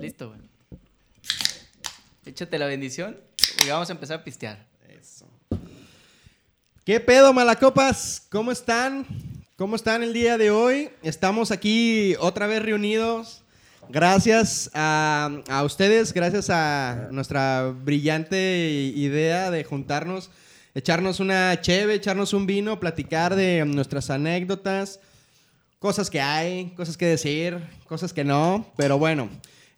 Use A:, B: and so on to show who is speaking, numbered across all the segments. A: esto, güey. Échate la bendición y vamos a empezar a pistear.
B: Eso. ¿Qué pedo, malacopas? ¿Cómo están? ¿Cómo están el día de hoy? Estamos aquí otra vez reunidos. Gracias a, a ustedes, gracias a nuestra brillante idea de juntarnos, echarnos una cheve, echarnos un vino, platicar de nuestras anécdotas, cosas que hay, cosas que decir, cosas que no. Pero bueno,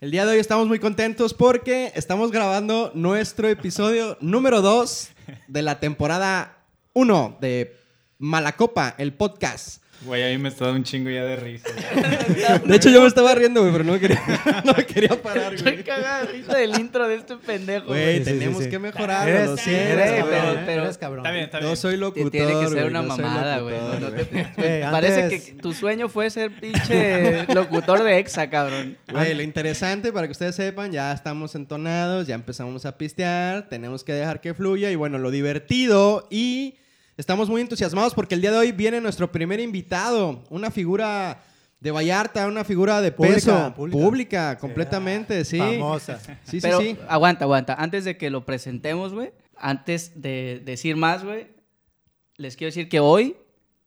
B: el día de hoy estamos muy contentos porque estamos grabando nuestro episodio número 2 de la temporada 1 de Malacopa, el podcast.
C: Güey, a mí me está dando un chingo ya de risa.
B: De hecho, yo me estaba riendo, güey, pero no quería, no quería parar,
A: Estoy
B: güey.
A: cagada de risa del intro de este pendejo.
B: Güey,
D: Sí, sí,
B: tenemos
D: sí, sí.
B: que mejorar,
D: Eres-
B: lo siento.
D: eres,
A: pero-
D: cabrón,
A: pero-
D: eres cabrón.
C: Está bien, está bien.
B: No soy
A: Te
B: locutor,
A: tiene que ser
B: güey,
A: una
B: no soy
A: mamada, güey.
B: locutor,
A: No te-
D: Güey,
A: Parece
D: antes-
A: que tu sueño fue ser pinche locutor de exa, cabrón.
B: Güey, lo interesante, para que ustedes sepan, ya estamos entonados, ya empezamos a pistear, tenemos que dejar que fluya y bueno, lo divertido y estamos muy entusiasmados porque el día de hoy viene nuestro primer invitado, una figura de Vallarta, una figura de
D: Pública,
B: peso, pública,
D: pública.
B: completamente, sí.
D: Famosa.
B: Sí, sí,
A: Pero
B: sí.
A: aguanta, aguanta. Antes de que lo presentemos, güey, antes de decir más, güey, les quiero decir que hoy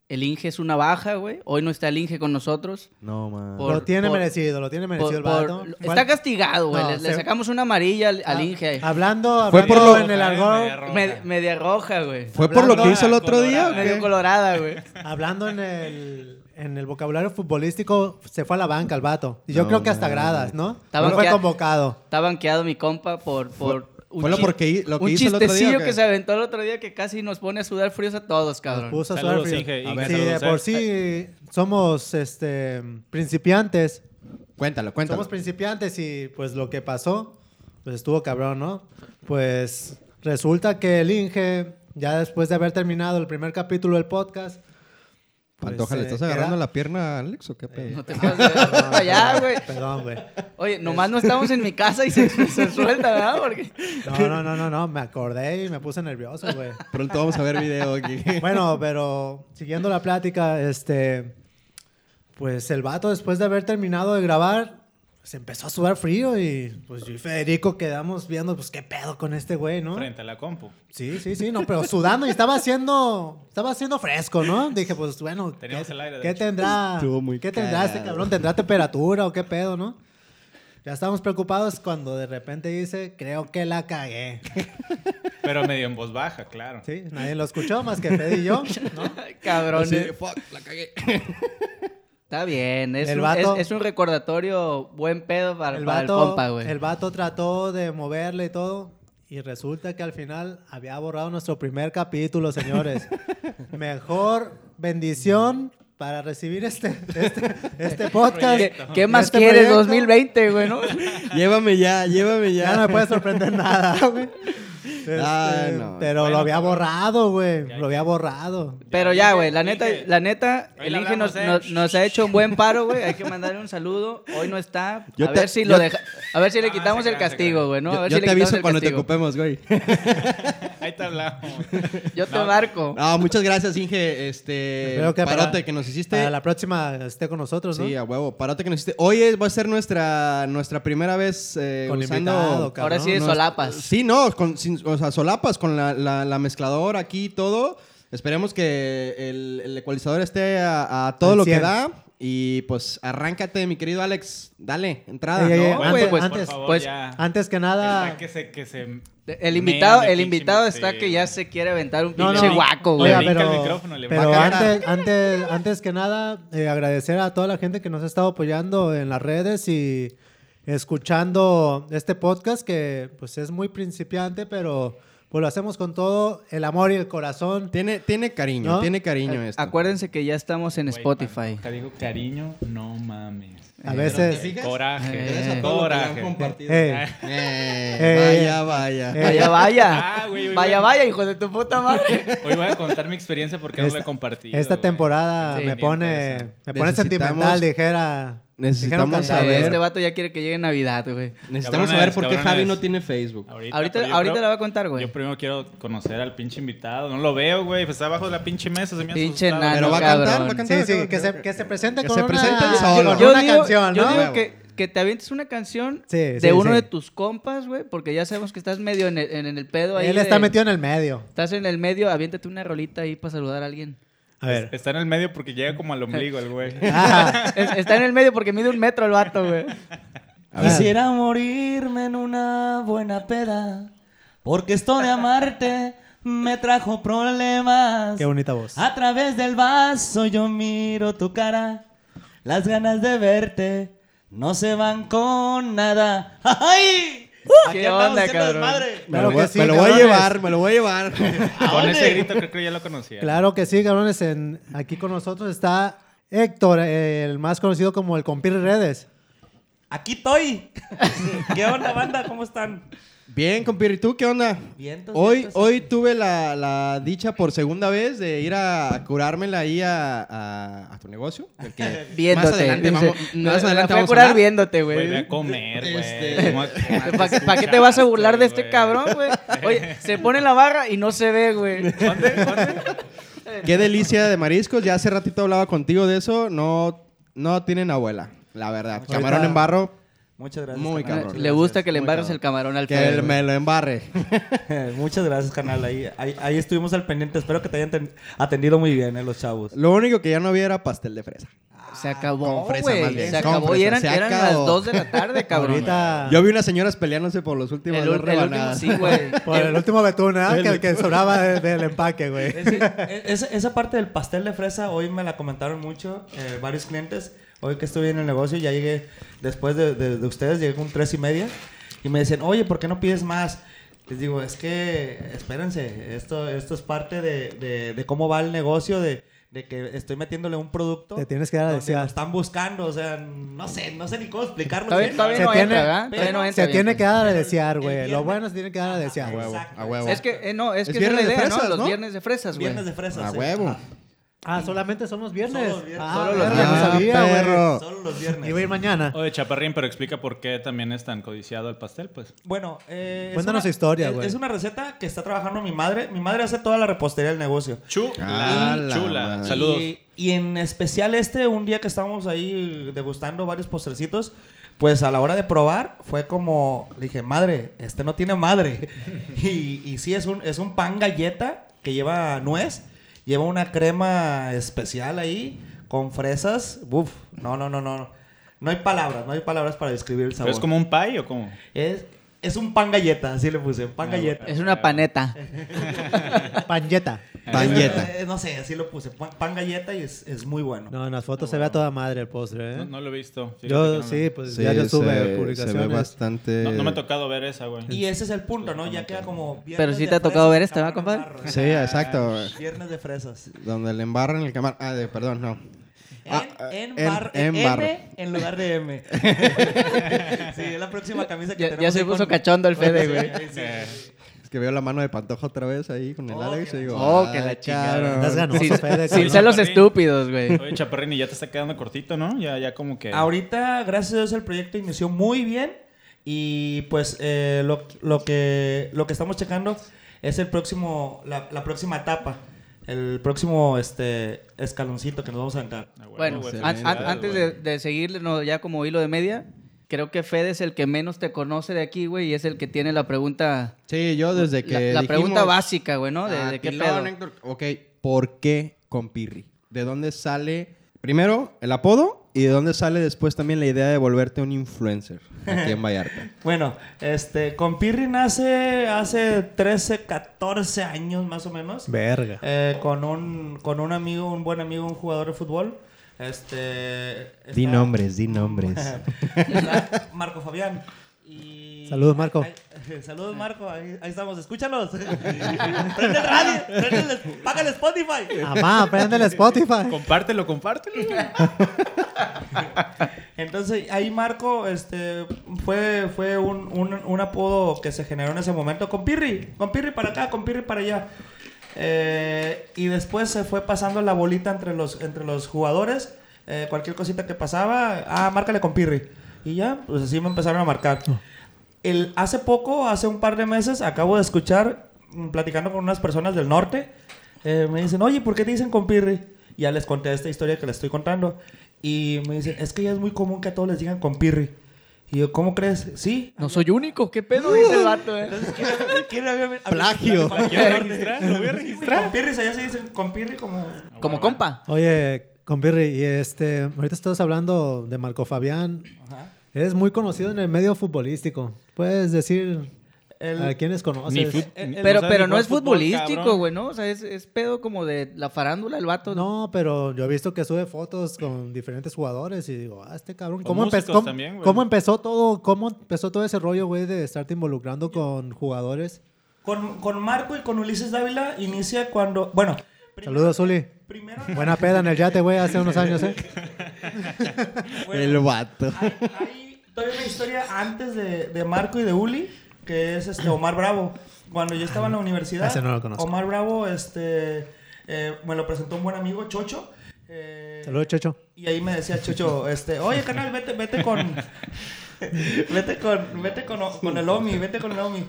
A: el Inge es una baja, güey. Hoy no está el Inge con nosotros.
B: No, man.
A: Por-
D: lo tiene
A: por-
D: merecido, lo tiene merecido el
A: Por- por-
D: vato.
A: está castigado, güey.
D: No,
A: le, le
D: se-
A: sacamos una amarilla al, al
D: Ah,
A: Inge.
D: Hablando,
B: Fue
D: hablando
B: por lo-
D: en el argot,
C: roja.
A: Me- media roja, güey.
B: ¿Fue por lo que
C: Hablando-
B: hizo el otro día? o
C: Colorado.
B: qué?
A: Medio colorada, güey.
D: hablando en el en el vocabulario futbolístico, se fue a la banca el vato. Y yo
B: No,
D: creo que hasta
B: mames.
D: gradas, ¿no?
A: Está
D: No fue
A: banqueado.
D: convocado.
A: Está banqueado mi compa por... por un
B: fue lo
A: chis-
B: porque hi- lo que
A: un
B: hizo el otro día,
A: chistecillo
B: ¿o qué?
A: que se aventó el otro día que casi nos pone a sudar fríos a todos,
D: Nos
A: cabrón.
D: puso a
C: Saludos,
D: sudar frío.
C: Inge,
D: A
C: Inge,
D: ver, Si de
C: saludos,
D: por
C: eh.
D: sí somos este principiantes,
B: Cuéntalo, cuéntalo.
D: Somos principiantes y pues lo que pasó, pues estuvo cabrón, ¿no? Pues resulta que el Inge, ya después de haber terminado el primer capítulo del podcast, pues,
B: Pantoja, ¿le
D: eh,
B: estás agarrando
D: era-
B: la pierna a Alex o qué pedo?
A: No te pases de-
D: Perdón,
A: allá, güey.
D: Perdón, güey.
A: Oye, nomás no estamos en mi casa y se, se suelta, ¿verdad? Porque...
D: No, no, no, no, no, me acordé y me puse nervioso, güey.
B: Pronto vamos a ver video aquí.
D: Bueno, pero siguiendo la plática, este, pues el vato después de haber terminado de grabar, se empezó a sudar frío y pues yo y Federico quedamos viendo, pues qué pedo con este güey, ¿no?
C: Frente a la compu.
D: Sí, sí, sí, no, pero sudando y estaba haciendo, estaba haciendo fresco, ¿no? Dije, pues bueno,
C: Teníamos
D: ¿qué,
C: el aire, de
D: ¿qué
C: hecho.
D: tendrá?
B: Estuvo muy
D: ¿Qué tendrá este
B: cagado.
D: cabrón? ¿Tendrá temperatura o qué pedo, no? Ya estábamos preocupados cuando de repente dice, creo que la cagué.
C: Pero medio en voz baja, claro.
D: Sí, nadie lo escuchó más que Fede y yo, ¿no?
A: Cabrón.
D: Pues
A: eh.
B: Así de, fuck, la cagué.
A: Está bien. Es,
D: El
A: un,
D: vato-
A: es- es un recordatorio buen pedo para para
D: El
A: el,
D: vato,
A: compa, güey.
D: el vato trató de moverle y todo. Y resulta que al final había borrado nuestro primer capítulo, señores. Mejor bendición para recibir este, este, este podcast.
A: ¿Qué, qué más
D: Este
A: quieres
D: proyecto.
A: 2020, güey, no?
B: Llévame ya, llévame
D: Ya no me puede sorprender nada, güey. Este,
B: Ay, no.
D: Pero
C: Bueno,
D: lo había
C: pero-
D: borrado, güey.
C: Ya,
D: Lo había borrado.
A: Pero ya, güey, la neta,
C: Inge.
A: la neta,
C: Ahí
A: el
C: la
A: Inge nos,
C: hablamos, ¿eh?
A: nos- nos ha hecho un buen paro, güey. Hay que mandarle un saludo. Hoy no está.
B: Yo
A: a
B: te-
A: ver si lo
B: yo-
A: deja, a ver si le
C: Ah,
A: quitamos
C: se
A: el
C: crean, se
A: castigo,
C: crean.
A: güey, ¿no? A
B: yo
A: ver
B: yo
A: si
B: te
A: le quitamos
B: aviso
A: el
B: cuando te
A: castigo.
B: ocupemos, güey.
C: Ahí te hablamos.
A: Yo te
C: No.
A: marco.
B: No, muchas gracias, Inge. Este,
D: Espero que
B: parote
D: para-
B: que nos hiciste.
D: Para la próxima esté con nosotros, ¿no?
B: Sí, a huevo. Parote que nos hiciste. Hoy es- va a ser nuestra, nuestra primera vez eh,
D: Con
B: usando...
D: invitado, cabrón.
A: Ahora sí de
B: nos-
A: solapas.
B: Sí, no, con, sin- o sea, solapas con la, la, la mezcladora aquí y todo. Esperemos que el, el ecualizador esté a, a todo
D: Al
B: lo que
D: 100.
B: da. Y pues arráncate, mi querido Alex. Dale, entrada.
D: Ey, ey, ey,
B: No,
C: Bueno,
B: güey,
D: antes-
C: pues,
D: antes-
C: por favor,
A: pues,
C: ya.
D: Antes que
C: Está
D: nada...
C: que se, que se...
A: El invitado,
C: mea,
A: el
C: pinche
A: invitado está
C: misterio.
A: que ya se quiere aventar un
D: No,
A: pinche
D: no.
A: guaco,
C: Oye,
A: güey.
C: a
D: Oiga,
C: Le brinca
D: pero,
C: el micrófono, le
D: pero
B: va a cagar.
D: antes, antes, antes que nada, eh, agradecer a toda la gente que nos ha estado apoyando en las redes y escuchando este podcast que pues es muy principiante, pero pues lo hacemos con todo el amor y el corazón.
B: Tiene, tiene cariño,
D: ¿No?
B: tiene cariño
A: Ac-
B: esto.
A: Acuérdense que ya estamos en
C: Güey,
A: Spotify.
C: cuando digo cariño, no mames.
D: A
B: ¿Te
D: veces...
B: fijas?
A: Eh.
C: Coraje.
B: Gracias a todo lo que le han
C: Coraje.
B: compartido.
D: Eh,
B: Eh,
D: Eh,
B: vaya, vaya.
D: eh.
A: Vaya, vaya.
C: Ah, güey, hoy
A: vaya,
C: voy-
A: vaya, hijo de tu puta madre.
C: Hoy voy a contar mi experiencia porque no
D: Esta-
C: la he compartido.
D: esta
C: güey.
D: temporada
A: Sí,
D: me
C: bien
D: pone,
C: interesante.
D: me pone sentimental,
B: Necesitamos-
D: dijera...
B: necesitamos
D: dijeron
B: saber-
D: Cancerbero.
A: Este vato ya quiere que llegue Navidad, güey.
B: Necesitamos
C: Cabrones,
B: saber por qué
C: cabrones.
B: Javi no tiene Facebook.
A: Ahorita,
C: pero yo
A: ahorita,
C: creo-
A: la va a contar, güey.
C: Yo primero quiero conocer al pinche invitado. No lo veo, güey. Pues está abajo de la pinche mesa. Se me ha
A: Pinche
C: asustado.
A: nano.
B: Pero va a
A: cabrón.
B: cantar, va a cantar.
D: Sí, sí,
B: cabrón.
D: que se, que se presente
B: Que
D: con
B: se
D: Ah, una,
B: presenten solo.
D: con
A: Yo
D: una
A: digo-
D: canción,
A: yo
D: ¿no?
A: digo que que te avientes una canción
D: Sí,
A: de
D: sí,
A: uno
D: sí.
A: de tus compas, güey, porque ya sabemos que estás medio en el, en- en el pedo ahí.
D: Él está
A: de-
D: metido en el medio.
A: Estás en el medio, aviéntate una rolita ahí para saludar a alguien.
D: A ver.
C: Está en el medio porque llega como al ombligo el güey.
D: Ah,
A: Es- está en el medio porque mide un metro el vato, güey.
B: A ver.
E: Quisiera morirme en una buena peda, porque esto de amarte me trajo problemas.
D: qué bonita voz.
E: A través del vaso yo miro tu cara, las ganas de verte no se van con nada. ¡Ay! Aquí
A: ¿Qué
E: andamos
A: onda,
E: haciendo
A: cabrón?
E: desmadre. ¡Ah,
B: Me,
D: Claro
B: lo voy,
D: que sí,
B: me lo voy a
D: cabrones.
B: llevar, me lo voy a llevar.
C: Con ese
E: dónde?
C: grito creo que ya lo conocía.
D: Claro que sí, cabrones. En- aquí con nosotros está Héctor, eh, el más conocido como el Compir Redes.
E: Aquí estoy. ¿Qué onda, banda? ¿Cómo están?
B: Bien, compirri, ¿tú qué onda?
E: Bien, entonces,
B: hoy,
E: entonces.
B: hoy tuve la, la dicha por segunda vez de ir a curármela ahí a, a- a tu negocio. del que
A: Viéndote.
B: Más adelante,
A: dice,
B: vamos,
A: no,
B: más adelante
A: la fui a
B: vamos a
A: curar
B: hablar.
A: viéndote,
C: Güey, ve
A: güey.
C: a comer, güey.
B: Este-
C: ¿Cómo- cómo
A: ¿Para
C: te
A: qué te vas a burlar de
C: escuchaste,
A: este cabrón, güey? Oye, se pone la barra y no se ve, güey.
B: Qué delicia de mariscos. Ya hace ratito hablaba contigo de eso. No, no tienen abuela, la verdad.
D: Ahorita-
B: Camarón en barro,
E: Muchas gracias.
B: Muy
E: carnal.
B: cabrón.
A: Le gusta que le
E: Muy
A: embarres
E: cabrón.
A: el camarón al
B: que
A: Fede, güey.
B: me lo embarre.
E: Muchas gracias, canal. Ahí, ahí, ahí estuvimos al pendiente. Espero que te hayan ten- atendido muy bien, eh, los chavos.
B: Lo único que ya no había era pastel de fresa.
A: Se acabó,
B: con fresa, más
A: güey.
B: bien.
A: Se
B: Con
A: acabó.
B: fresa,
A: Y eran,
B: se
A: eran las
B: acabó.
A: 2 de la tarde, cabrón.
D: Ahorita.
B: Yo vi unas señoras peleándose por los
A: El,
B: últimos
A: ul-
B: dos
A: el último,
B: rebanadas.
A: sí, güey.
D: Por el último betún, ¿ah? Que el que sobraba de- del empaque, güey.
E: Ese- esa, e, esa parte del pastel de fresa hoy me la comentaron mucho eh, varios clientes. Hoy que estuve en el negocio, ya llegué después de, de- de ustedes, llegué con tres y media. Y me decían, oye, ¿por qué no pides más? Les digo, es que espérense, esto, esto es parte de, de- de cómo va el negocio, de, de que estoy metiéndole un producto.
D: Te tienes que dar a
E: donde
D: desear.
E: lo Están buscando, o sea, no sé, no sé ni cómo explicarlo.
A: Todavía-
E: bien.
A: todavía
D: Se
A: no
D: tiene-
A: entra, ¿verdad? Todavía no
E: se
A: entra.
D: Se
A: bien,
D: tiene que
A: pues.
D: dar a
E: El-
D: desear,
E: el
D: güey. Lo
E: viernes-
D: bueno se tiene que dar a desear.
B: A huevo, a huevo.
A: Es que, eh, no, es
B: Es
A: que esa es la
B: viernes de
A: idea, ¿no?
B: fresas,
A: Los
B: ¿no?
A: viernes de fresas, güey.
E: Viernes de fresa.
B: A
E: sí.
B: huevo.
E: Ajá.
D: Ah, solamente son los
E: viernes.
D: viernes.
E: Solo
D: Ah,
E: los viernes. Solo los
D: verga,
A: viernes.
D: No sabía,
B: Ah,
D: güey.
B: perro.
E: Solo los viernes.
D: Iba a ir mañana.
C: Oye, Chaparrín, pero explica por qué también es tan codiciado el pastel, pues.
E: Bueno, eh, es
D: Cuéntanos
E: una-
D: historia,
E: es-
D: güey.
E: Es una receta que está trabajando mi madre. Mi madre hace toda la repostería del negocio.
C: Chula,
B: Ah, la
C: chula.
B: madre.
C: Saludos.
E: Y, y en especial este, un día que estábamos ahí degustando varios postrecitos, pues a la hora de probar fue como, le dije, madre, este no tiene madre. y, y sí, es un, es un pan galleta que lleva nuez, lleva una crema especial ahí con fresas. Uf, no, no, no, no. No hay palabras, no hay palabras para describir el
C: ¿Pero
E: sabor.
C: es como un pay o cómo?
E: es, es un pan galleta, así le puse,
A: Ah,
E: pan galleta.
A: Es una paneta.
D: Panjeta.
B: Pañeta.
E: Eh, no sé, así lo puse. Pan, pan galleta y es, es muy bueno.
D: No, en las fotos se ve a toda madre el postre, ¿eh?
C: No, no lo he visto. Fíjate que
D: yo
C: no,
D: sí, eh, pues
B: Sí,
D: ya yo
B: se-
D: sube
B: se ve
D: publicaciones.
B: bastante.
C: No, no me ha tocado ver esa, güey.
E: Y ese es el punto, ¿no? Ya queda como. viernes
A: Pero sí
E: de
A: te ha tocado
E: fresas,
A: ver esta, ¿verdad,
E: camarón en
A: compadre?
E: barro.
B: Sí, exacto. güey.
E: Viernes de fresas.
B: Donde le embarran el camarón. Ah, de, perdón, no.
E: En,
B: Ah, ah,
E: en
B: en-
E: bar-
B: en
E: M
B: barro.
E: en lugar de M. sí, es la próxima camisa que
A: Ya- ya
E: tenemos.
A: se
E: ahí
A: puso cachondo el Fede,
E: Sí,
A: güey.
E: ahí sí.
B: Es que veo la mano de Pantoja otra vez ahí con el
E: Oh,
B: Alex
E: que
B: y digo.
A: Oh,
B: "Ah,
A: que la chingada.
B: cabrón".
D: Estás ganoso,
A: Sin, sin
D: Fede, cabrón.
A: ser los estúpidos, güey.
C: Oye, Chaparrín, y ya te está quedando cortito, ¿no? Ya, ya como que.
E: Ahorita, gracias a Dios, el proyecto inició muy bien. Y pues eh, lo, lo que, lo que estamos checando es el próximo, la, la próxima etapa. El próximo este, escaloncito que nos vamos a entrar.
C: Ah,
A: Bueno,
C: güey,
A: an- an-
C: felicidades,
A: antes
C: güey.
A: de, de seguirle no, ya como hilo de media, creo que Fede es el que menos te conoce de aquí, güey, y es el que tiene la pregunta...
B: Sí, yo desde que.
A: La, la pregunta
B: dijimos,
A: básica, güey, ¿no? De,
B: "Ah,
A: de qué
B: pilón,
A: pedo.
B: Héctor". Ok, ¿por qué con Pirri? ¿De dónde sale primero el apodo y de dónde sale después también la idea de volverte un influencer aquí en Vallarta?
E: Bueno, este, con Pirri nace hace 13, 14 años más o menos.
D: Verga.
E: Eh, con, un, con un amigo, un buen amigo, un jugador de fútbol. Este.
B: Di
E: está-
B: nombres, di nombres.
E: Está Marco Fabián. Y...
D: Saludos, Marco.
E: Ay, saludos, Marco. Ahí, ahí estamos. Escúchalos. prende el radio. prende el- paga el Spotify.
D: Amá, prende el Spotify.
C: Compártelo, compártelo.
E: Entonces, ahí Marco este, fue, fue un, un, un apodo que se generó en ese momento. Con Pirri. Con Pirri para acá, con Pirri para allá. Eh, y después se fue pasando la bolita entre los, entre los jugadores. Eh, cualquier cosita que pasaba, ah, márcale con Pirri. Y ya, pues así me empezaron a marcar.
D: Ah.
E: El, hace poco, hace un par de meses, acabo de escuchar, mm, platicando con unas personas del norte, eh, me dicen, oye, ¿por qué te dicen con Pirri? Ya les conté esta historia que les estoy contando. Y me dicen, es que ya es muy común que a todos les digan con Pirri. Y yo, ¿cómo crees? Sí.
A: No soy único, qué pedo, dice el vato, eh.
E: Entonces, ¿quién- quién había- había-
B: Plagio.
E: Con
C: Quiero registrar, lo voy a registrar.
E: Pirris, allá se dicen con Pirri como...
A: Como compa.
D: Oye, compirri, y este, ahorita estás hablando de Marco Fabián.
E: Ajá.
D: Eres muy conocido en el medio futbolístico. Puedes decir
E: El-
D: a quiénes
C: Ni
D: conoces.
C: fut-
E: el-
C: ni-
E: el-
A: Pero,
C: sabe
A: pero
C: ni
A: no
C: jugar
A: es
C: fútbol,
A: futbolístico,
C: cabrón.
A: güey, ¿no? O sea, es, es pedo como de la farándula, el vato.
D: No, pero yo he visto que sube fotos con diferentes jugadores y digo, ah, este cabrón,
C: Con
D: ¿cómo, empe-
C: músicos
D: cómo-
C: también, güey.
D: cómo empezó todo? ¿Cómo empezó todo ese rollo, güey, de estarte involucrando con jugadores?
E: Con, con Marco y con Ulises Dávila inicia cuando... Bueno. primero-
D: Saludos, Uli.
E: Primero...
D: Buena peda en el yate, güey, hace unos años, ¿eh?
E: bueno,
B: El vato.
E: Hay, hay todavía una historia antes de, de Marco y de Uli, que es este Omar Bravo. Cuando yo estaba en la universidad,
D: Ah, ese no lo conozco.
E: Omar Bravo este, eh, me lo presentó un buen amigo, Chocho. eh,
D: Saludos, Checho.
E: y ahí me decía Chocho, este, oye canal, vete, vete con, vete con, vete con, con el Omi, vete con el Omi.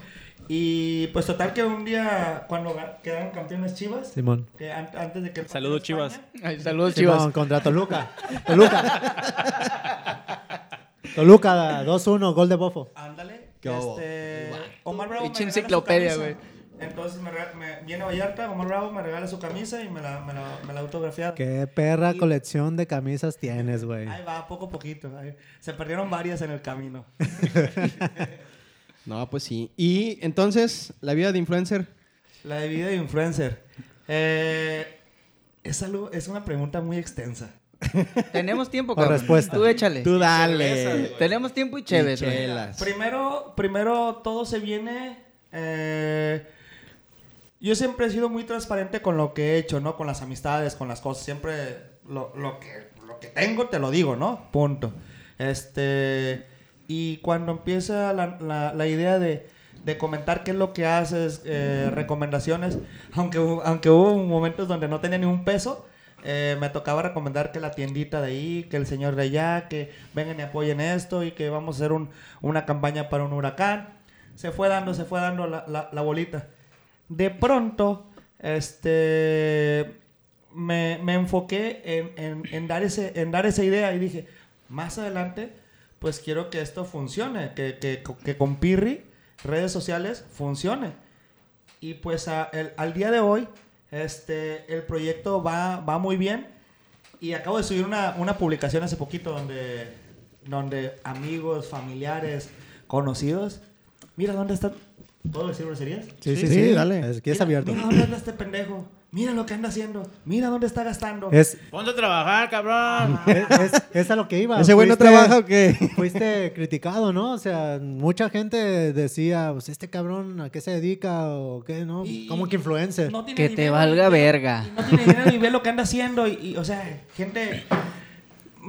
E: Y pues total que un día, cuando ga- quedaron campeones Chivas,
D: Simón.
E: que an- antes de que...
C: Saludos, Chivas.
A: Ay, saludos,
D: Simón,
A: chivas.
D: contra Toluca. Toluca. Toluca 2-1, gol de bofo.
E: Ándale.
B: ¿Qué hubo?
E: Este, Omar Bravo.
A: Pinche
E: me regala su
A: enciclopedia,
E: camisa. Entonces me, rega- me- viene Vallarta, Omar Bravo me regala su camisa y me la, me la, me la autografiada.
D: Qué perra colección de camisas tienes, güey.
E: Ahí va, poco a poquito. ahí. Se perdieron varias en el camino.
B: No, pues sí. Y entonces, la vida de influencer.
E: La de vida de influencer. Eh, es, algo, es una pregunta muy extensa.
A: Tenemos tiempo,
D: O
A: cabrón.
D: respuesta.
A: Tú échale.
B: Tú dale.
A: Tenemos tiempo y chéves, güey.
B: Chelas.
E: Primero, primero todo se viene. eh, yo siempre he sido muy transparente con lo que he hecho, ¿no? Con las amistades, con las cosas. Siempre lo, lo que, lo que tengo te lo digo, ¿no? Punto. Este. Y cuando empieza la, la- la idea de, de comentar qué es lo que haces, eh, recomendaciones, aunque, hu- aunque hubo momentos donde no tenía ni un peso, eh, me tocaba recomendar que la tiendita de ahí, que el señor de allá, que vengan y apoyen esto y que vamos a hacer un- una campaña para un huracán. Se fue dando, se fue dando la, la- la bolita. De pronto, este, me, me enfoqué en, en- en dar ese, en dar esa idea y dije, más adelante, pues quiero que esto funcione, que, que, que con Pirri, redes sociales, funcione. Y pues a- el- al día de hoy, este, el proyecto va, va muy bien. Y acabo de subir una, una publicación hace poquito donde, donde amigos, familiares, conocidos. Mira, ¿dónde están? ¿Puedo decir groserías?
D: Sí, sí, sí,
B: Sí, dale.
D: Es, aquí es
E: Mira,
D: abierto.
E: Mira dónde anda este pendejo. Mira lo que anda haciendo. Mira dónde está gastando.
D: Es,
C: Ponte a trabajar, cabrón.
D: es, es- es a lo que iba.
B: ¿Ese güey no
D: Fuiste-
B: trabaja o qué?
D: Fuiste criticado, ¿no? O sea, mucha gente decía, pues este cabrón, ¿a qué se dedica? ¿O qué, no?
E: Y-
D: ¿Cómo que influencer?
E: No tiene
A: Que te
E: dinero,
A: valga
E: y-
A: verga.
E: y No tiene dinero y ve lo que anda haciendo. Y, y, o sea, gente.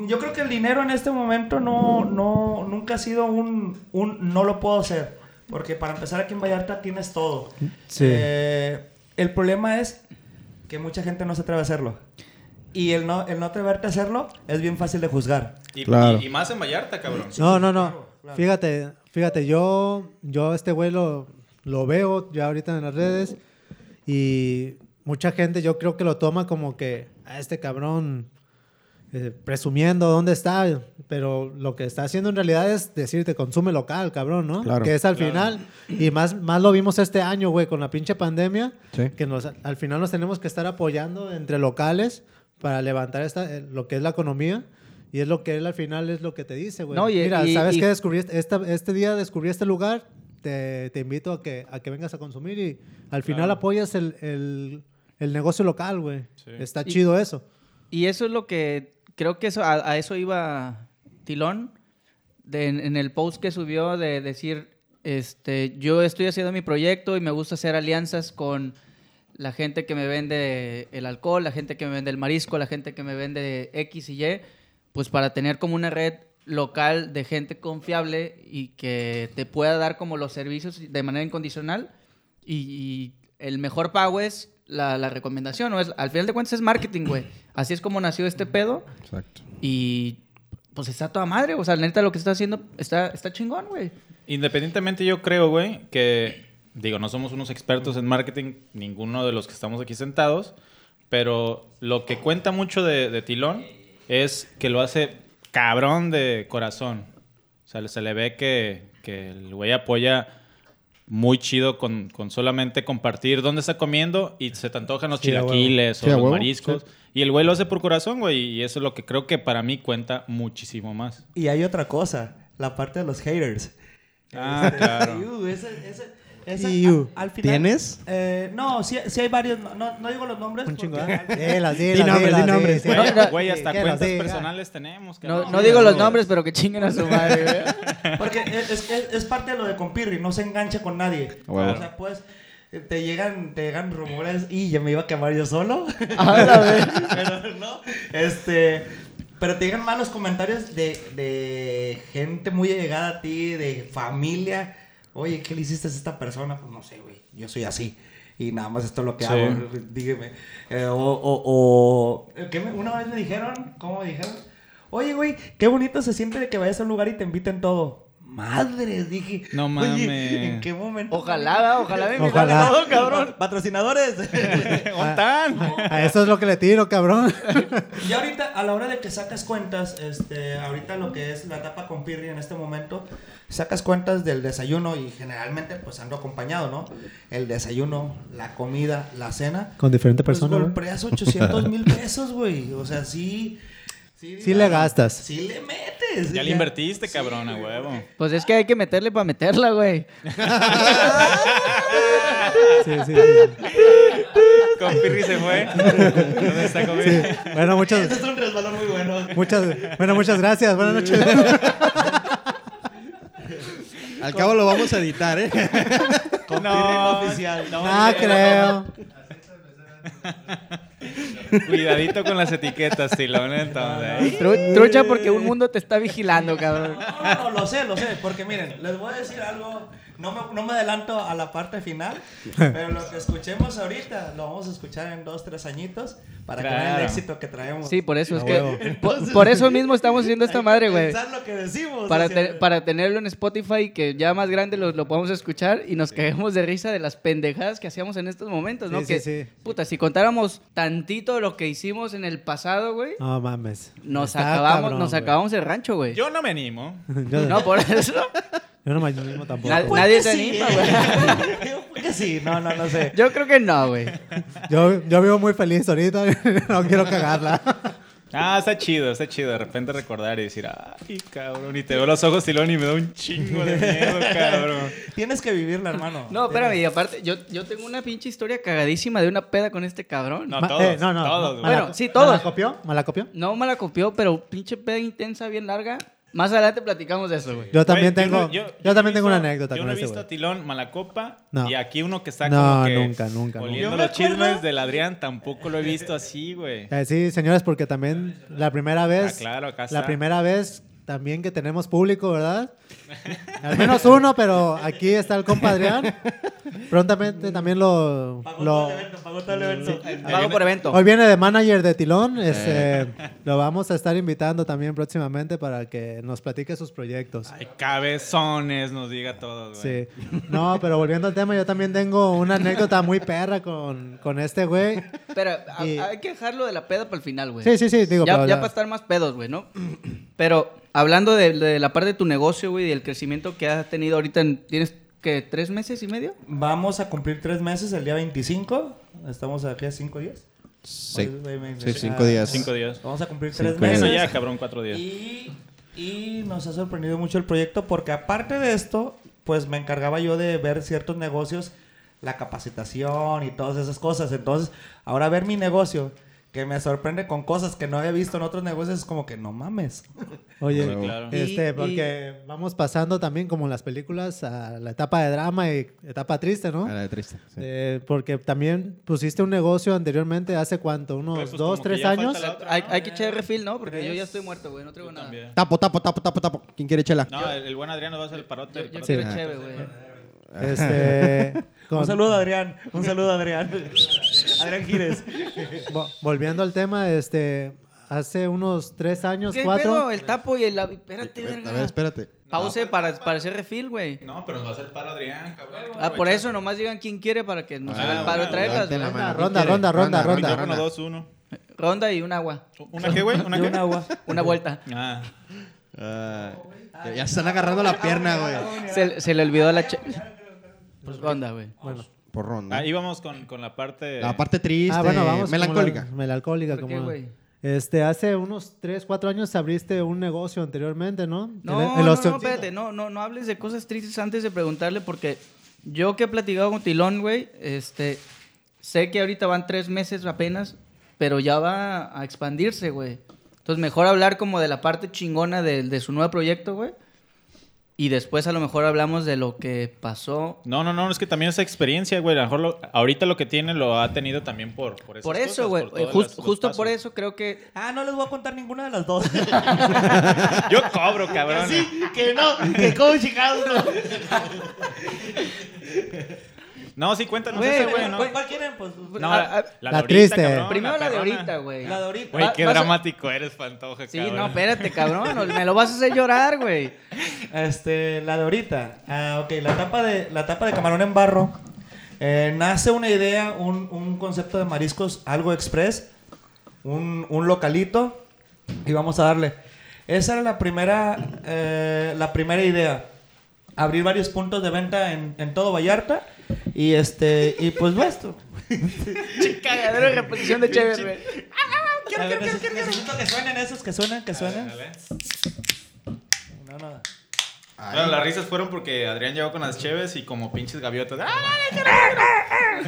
E: Yo creo que el dinero en este momento no, no, nunca ha sido un, un no lo puedo hacer. Porque para empezar aquí en Vallarta tienes todo.
D: Sí.
E: Eh, el problema es que mucha gente no se atreve a hacerlo. Y el no, el no atreverte a hacerlo es bien fácil de juzgar.
C: Y,
B: Claro.
C: y- y más en Vallarta, cabrón.
D: No, no, no.
E: claro, claro.
D: Fíjate, fíjate, yo, yo a este güey lo, lo veo ya ahorita en las redes y mucha gente yo creo que lo toma como que a este cabrón eh, presumiendo dónde está, pero lo que está haciendo en realidad es decirte consume local, cabrón, ¿no?
B: Claro.
D: que es al
C: Claro.
D: final y más, más lo vimos este año, güey, con la pinche pandemia,
B: Sí.
D: que nos, al final nos tenemos que estar apoyando entre locales para levantar esta, eh, lo que es la economía. Y es lo que él al final es lo que te dice, güey.
A: No, y-
D: Mira,
A: y-
D: ¿sabes
A: y-
D: qué descubriste? Esta- este día descubrí este lugar, te, te invito a que, a que vengas a consumir y al final
C: Claro.
D: apoyas el, el- el negocio local, güey.
C: Sí.
D: Está
A: Y-
D: chido eso.
A: Y eso es lo que creo que eso, a, a eso iba Tilón de- en, en el post que subió de decir, este, yo estoy haciendo mi proyecto y me gusta hacer alianzas con la gente que me vende el alcohol, la gente que me vende el marisco, la gente que me vende X y Y, pues para tener como una red local de gente confiable y que te pueda dar como los servicios de manera incondicional y, y el mejor pago es la, la recomendación, ¿no? Es, al final de cuentas es marketing, güey. Así es como nació este pedo
B: Exacto.
A: y pues está toda madre, o sea, la neta lo que está haciendo está, está chingón, güey.
C: Independientemente, yo creo, güey, que. Digo, no somos unos expertos en marketing, ninguno de los que estamos aquí sentados. Pero lo que cuenta mucho de, de Tilón es que lo hace cabrón de corazón. O O sea, se le ve que, que el güey apoya muy chido con, con solamente compartir dónde está comiendo y se te antojan los
D: Sí, a huevo.
C: chilaquiles o
B: Sí, a
C: los
B: huevo,
C: mariscos. Y el güey lo hace por corazón, güey. Y eso es lo que creo que para mí cuenta muchísimo más.
E: Y hay otra cosa, la parte de los haters.
C: Ah, claro.
E: Iu, esa- esa- esa-
D: Iu.
E: a- al final-
B: ¿Tienes?
E: Eh, no, sí, sí hay varios. No, no- no digo los nombres.
D: Un chingo. ¿eh?
E: porque al-
D: Dilas,
B: Di
D: dilas,
B: nombres,
D: dilas,
B: di nombres.
D: dilas.
A: No, no.
C: Este, Güey, hasta
D: Que lo
C: cuentas
D: diga.
C: personales tenemos.
A: No,
C: cabrón.
A: no digo los nombres, pero que chinguen a su madre, güey.
E: Porque es, es- es parte de lo de Compirri, no se engancha con nadie.
B: A huevo.
E: O sea, pues eh, te llegan, te llegan rumores y ya me iba a quemar yo solo.
A: A la vez.
E: pero no, este, pero te llegan malos comentarios de, de gente muy allegada a ti, de familia. Oye, ¿qué le hiciste a esta persona? Pues no sé, güey, yo soy así. Y nada más esto es lo que
C: Sí.
E: hago, dígame. Eh, o, o, o- ¿qué me- una vez me dijeron, ¿cómo me dijeron? Oye, güey, qué bonito se siente de que vayas a un lugar y te inviten todo. Madre, dije.
C: No
E: "Oye,
C: mames.
E: ¿En qué momento?
A: Ojalá, ¿verdad? ojalá me invitaran
D: Ojalá.
A: a todo, cabrón.
E: Patrocinadores.
A: Ah.
C: ¡Ontán!
D: A eso es lo que le tiro, cabrón.
E: Y ahorita, a la hora de que sacas cuentas, este, ahorita lo que es la etapa con Pirri en este momento, sacas cuentas del desayuno y generalmente pues ando acompañado, ¿no? El desayuno, la comida, la cena.
D: Con diferente
E: Pues
D: persona, ¿no?
E: golpeas 800 mil pesos, güey. O sea, sí...
D: Sí le gastas.
E: Sí le metes.
C: Ya le invertiste, cabrón, a huevo.
A: Pues es que hay que meterle para meterla, güey.
D: Sí, sí, sí.
C: Con Pirri se fue. ¿Dónde está con Pirri?
D: Bueno,
E: Este
D: muchas,
E: es un resbalón muy bueno.
D: muchas, bueno, muchas gracias. Buenas noches.
B: Al cabo lo vamos a editar, ¿eh?
E: Con
C: No,
E: Pirri oficial.
C: no,
D: Ah, creo.
C: Cuidadito con las etiquetas, Tilón, entonces.
A: Tru- trucha porque un mundo te está vigilando, cabrón.
E: No, no, lo sé, lo sé, porque miren, les voy a decir algo, no me, no me adelanto a la parte final, pero lo que escuchemos ahorita lo vamos a escuchar en dos, tres añitos para que vean el
C: Claro.
E: éxito que traemos.
A: Sí, por eso es
D: A
A: que.
D: huevo.
A: po- Por, eso mismo estamos haciendo esta madre, güey.
E: Pensar lo que decimos.
A: Para,
E: hacia-
D: eh.
A: te- para tenerlo en Spotify, que ya más grande lo, lo podamos escuchar y nos caemos de risa de las pendejadas que hacíamos en estos momentos, ¿no?
D: Sí, sí,
A: que,
D: sí.
A: puta, si contáramos tantito de lo que hicimos en el pasado, güey,
D: No mames.
A: nos,
D: Ah, Está
A: acabamos,
D: cabrón,
A: nos
D: güey.
A: acabamos el rancho, güey.
C: Yo no me animo.
D: Yo,
A: No, por eso.
D: yo no me animo tampoco.
A: Na-
D: güey.
A: nadie
E: pues que
A: se
E: sí,
A: anima, güey.
E: ¿eh? Yo creo que sí, no, no, no sé.
A: Yo creo que no, güey.
D: Yo, yo vivo muy feliz ahorita. No quiero cagarla.
C: Ah, está chido, está chido. De repente recordar y decir, ay, cabrón. Y te veo los ojos, Tilón, y me da un chingo de miedo, cabrón.
E: Tienes que vivirla, hermano.
A: No, espérame, y aparte, yo, yo tengo una pinche historia cagadísima de una peda con este cabrón.
C: No,
D: Ma-
C: todos.
D: eh, no, no.
C: Todos, güey.
A: Bueno,
D: Mala-
A: sí, todos.
D: ¿Mala copió? ¿Mala copió?
A: No me la copió, pero pinche peda intensa, bien larga. Más adelante platicamos de eso, güey.
D: Yo también
C: Güey,
D: tengo,
C: no-
D: yo,
C: yo no
D: también
C: he
D: tengo una
C: visto-
D: anécdota
C: Yo
D: con
C: no he
D: ese,
C: visto
D: güey.
C: a Tilón Malacopa
D: No.
C: y aquí uno que está
D: No,
C: como que
D: nunca, nunca,
C: oliendo
E: nunca.
C: los
E: Yo me acuerdo-
C: chismes del Adrián, tampoco lo he visto así, güey.
D: Eh, sí, señores, porque también la primera vez,
C: Ah, claro, acá está.
D: la primera vez también que tenemos público, ¿verdad? Al menos uno, pero aquí está el compadrián. Prontamente también lo,
E: Pagó
D: lo-
E: todo el evento, pagó todo el evento.
A: Pago por evento.
D: hoy viene de manager de Tilón, este, lo vamos a estar invitando también próximamente para que nos platique sus proyectos.
C: Ay, cabezones, nos diga todo, güey.
D: Sí. No, pero volviendo al tema, yo también tengo una anécdota muy perra con, con este güey.
A: Pero a-
D: Y-
A: hay que dejarlo de la peda para el final, güey.
D: Sí, sí, sí, digo,
A: Pues, ya,
D: pero
A: ya
D: la-
A: para estar más pedos, güey, ¿no? Pero hablando de, de la parte de tu negocio, güey, y del crecimiento que has tenido ahorita, en- ¿tienes que tres meses y medio?
E: Vamos a cumplir tres meses el día 25. Estamos aquí a cinco días.
B: Sí,
E: Oye, me- me-
B: sí,
E: me-
B: cinco días.
C: Cinco días.
E: Vamos a cumplir tres
B: Cinco días.
E: meses.
C: Bueno, ya, cabrón, cuatro días.
E: Y, y nos ha sorprendido mucho el proyecto porque aparte de esto, pues me encargaba yo de ver ciertos negocios, la capacitación y todas esas cosas. Entonces, ahora ver mi negocio, que me sorprende con cosas que no había visto en otros negocios, es como que no mames.
D: Oye,
B: Sí,
C: claro.
D: este,
A: Y-
D: porque vamos pasando también como en las películas a la etapa de drama y etapa triste, ¿no?
B: A Ah, la de triste. sí.
D: Eh, porque también pusiste un negocio anteriormente hace cuánto, unos
C: Pues, pues,
D: dos,
C: como que
D: tres
C: ya falta
D: años.
C: la otra,
A: Hay,
C: ¿no?
A: hay que echar refil, ¿no? Porque yo
E: Tres.
A: ya estoy muerto, güey, no traigo
C: Yo
A: nada.
C: también.
B: Tapo, tapo, tapo, tapo, tapo. ¿Quién quiere chela?
C: No, el, el buen Adrián nos va a hacer el parote.
A: Yo,
C: el
A: yo
C: parote.
A: quiero
B: Sí.
A: cheve, güey.
D: Este, con-
E: Un saludo, Adrián. Un saludo, Adrián. Adrián Gires.
D: vo- volviendo al tema, este, hace unos tres años,
A: ¿Qué
D: cuatro.
A: pedo? El tapo y el... la- Espérate,
B: A ver,
A: verga.
B: espérate.
A: Pause para, para hacer refil, güey.
C: No, pero nos va a hacer paro Adrián, cabrón.
A: Ah, por eso, nomás digan quién quiere para que nos
B: Ah,
A: haga el paro de
C: bueno,
A: traerlas,
B: levanten la
A: güey.
B: mano.
D: Ronda,
B: ¿Quién quiere?
D: ronda, ronda, ronda,
C: Ronda,
D: ronda.
C: dos, uno.
A: Ronda y un agua.
C: ¿Una qué, Ah, güey? ¿Una
E: Y
C: qué?
E: un agua.
A: Una vuelta.
C: Ah.
B: Ah, Ya, ya se están agarrando la pierna, güey.
A: Se, se le olvidó la... che- Pues ronda, güey.
D: Bueno,
B: Por ronda.
C: Ahí vamos con, con la parte...
B: La parte triste,
D: ah, bueno, vamos. como
B: Este, melancólica.
D: la- melancólica,
A: ¿Por qué,
D: como-
A: güey?
D: Este, hace unos 3, 4 años abriste un negocio anteriormente, ¿no?
A: No,
D: El- el
A: no, no,
D: osteoncito.
A: espérate, no, no, no hables de cosas tristes antes de preguntarle porque yo que he platicado con Tilón, güey, este, sé que ahorita van tres meses apenas, pero ya va a expandirse, güey. Entonces mejor hablar como de la parte chingona de, de su nuevo proyecto, güey. Y después a lo mejor hablamos de lo que pasó.
C: No, no, no, es que también esa experiencia, güey. A lo mejor lo- ahorita lo que tiene lo ha tenido también por Por, esas
A: Por
C: cosas,
A: eso, güey.
C: por todas
A: eh, jus-
C: las- los
A: justo por
C: pasos.
A: eso creo que...
E: Ah, no les voy a contar ninguna de las dos.
C: Yo cobro, cabrón.
E: que no, que como chingados. no.
C: No, sí, cuéntanos
A: Güey,
C: esa, güey, ¿no?
E: ¿Cuál, cuál quieren? Pues,
C: No,
A: Ah,
C: la,
A: ah,
C: la
D: la
C: de ahorita,
D: triste.
C: cabrón,
A: Primero la de
C: perrona.
A: ahorita, güey.
E: la de ahorita.
C: Güey,
A: Va-
C: qué
A: vas a-
C: dramático eres, Pantoja,
A: Sí,
C: cabrón.
A: no, espérate, cabrón. o- Me lo vas a hacer llorar, güey.
E: Este, la de ahorita. Ah, ok, la tapa de, la tapa de camarón en barro. Eh, nace una idea, un, un concepto de mariscos, algo express, un, un localito, y vamos a darle. Esa era la primera, eh, la primera idea. Abrir varios puntos de venta en, en todo Vallarta. Y este, y pues esto.
A: Cagadero de repetición de chévere, güey.
E: A ver, neces- Necesito que suenen esos, que suenen, que suenen. No, no.
C: Bueno, las risas fueron porque Adrián llegó con las cheves y como pinches gaviotas. ¡Ah!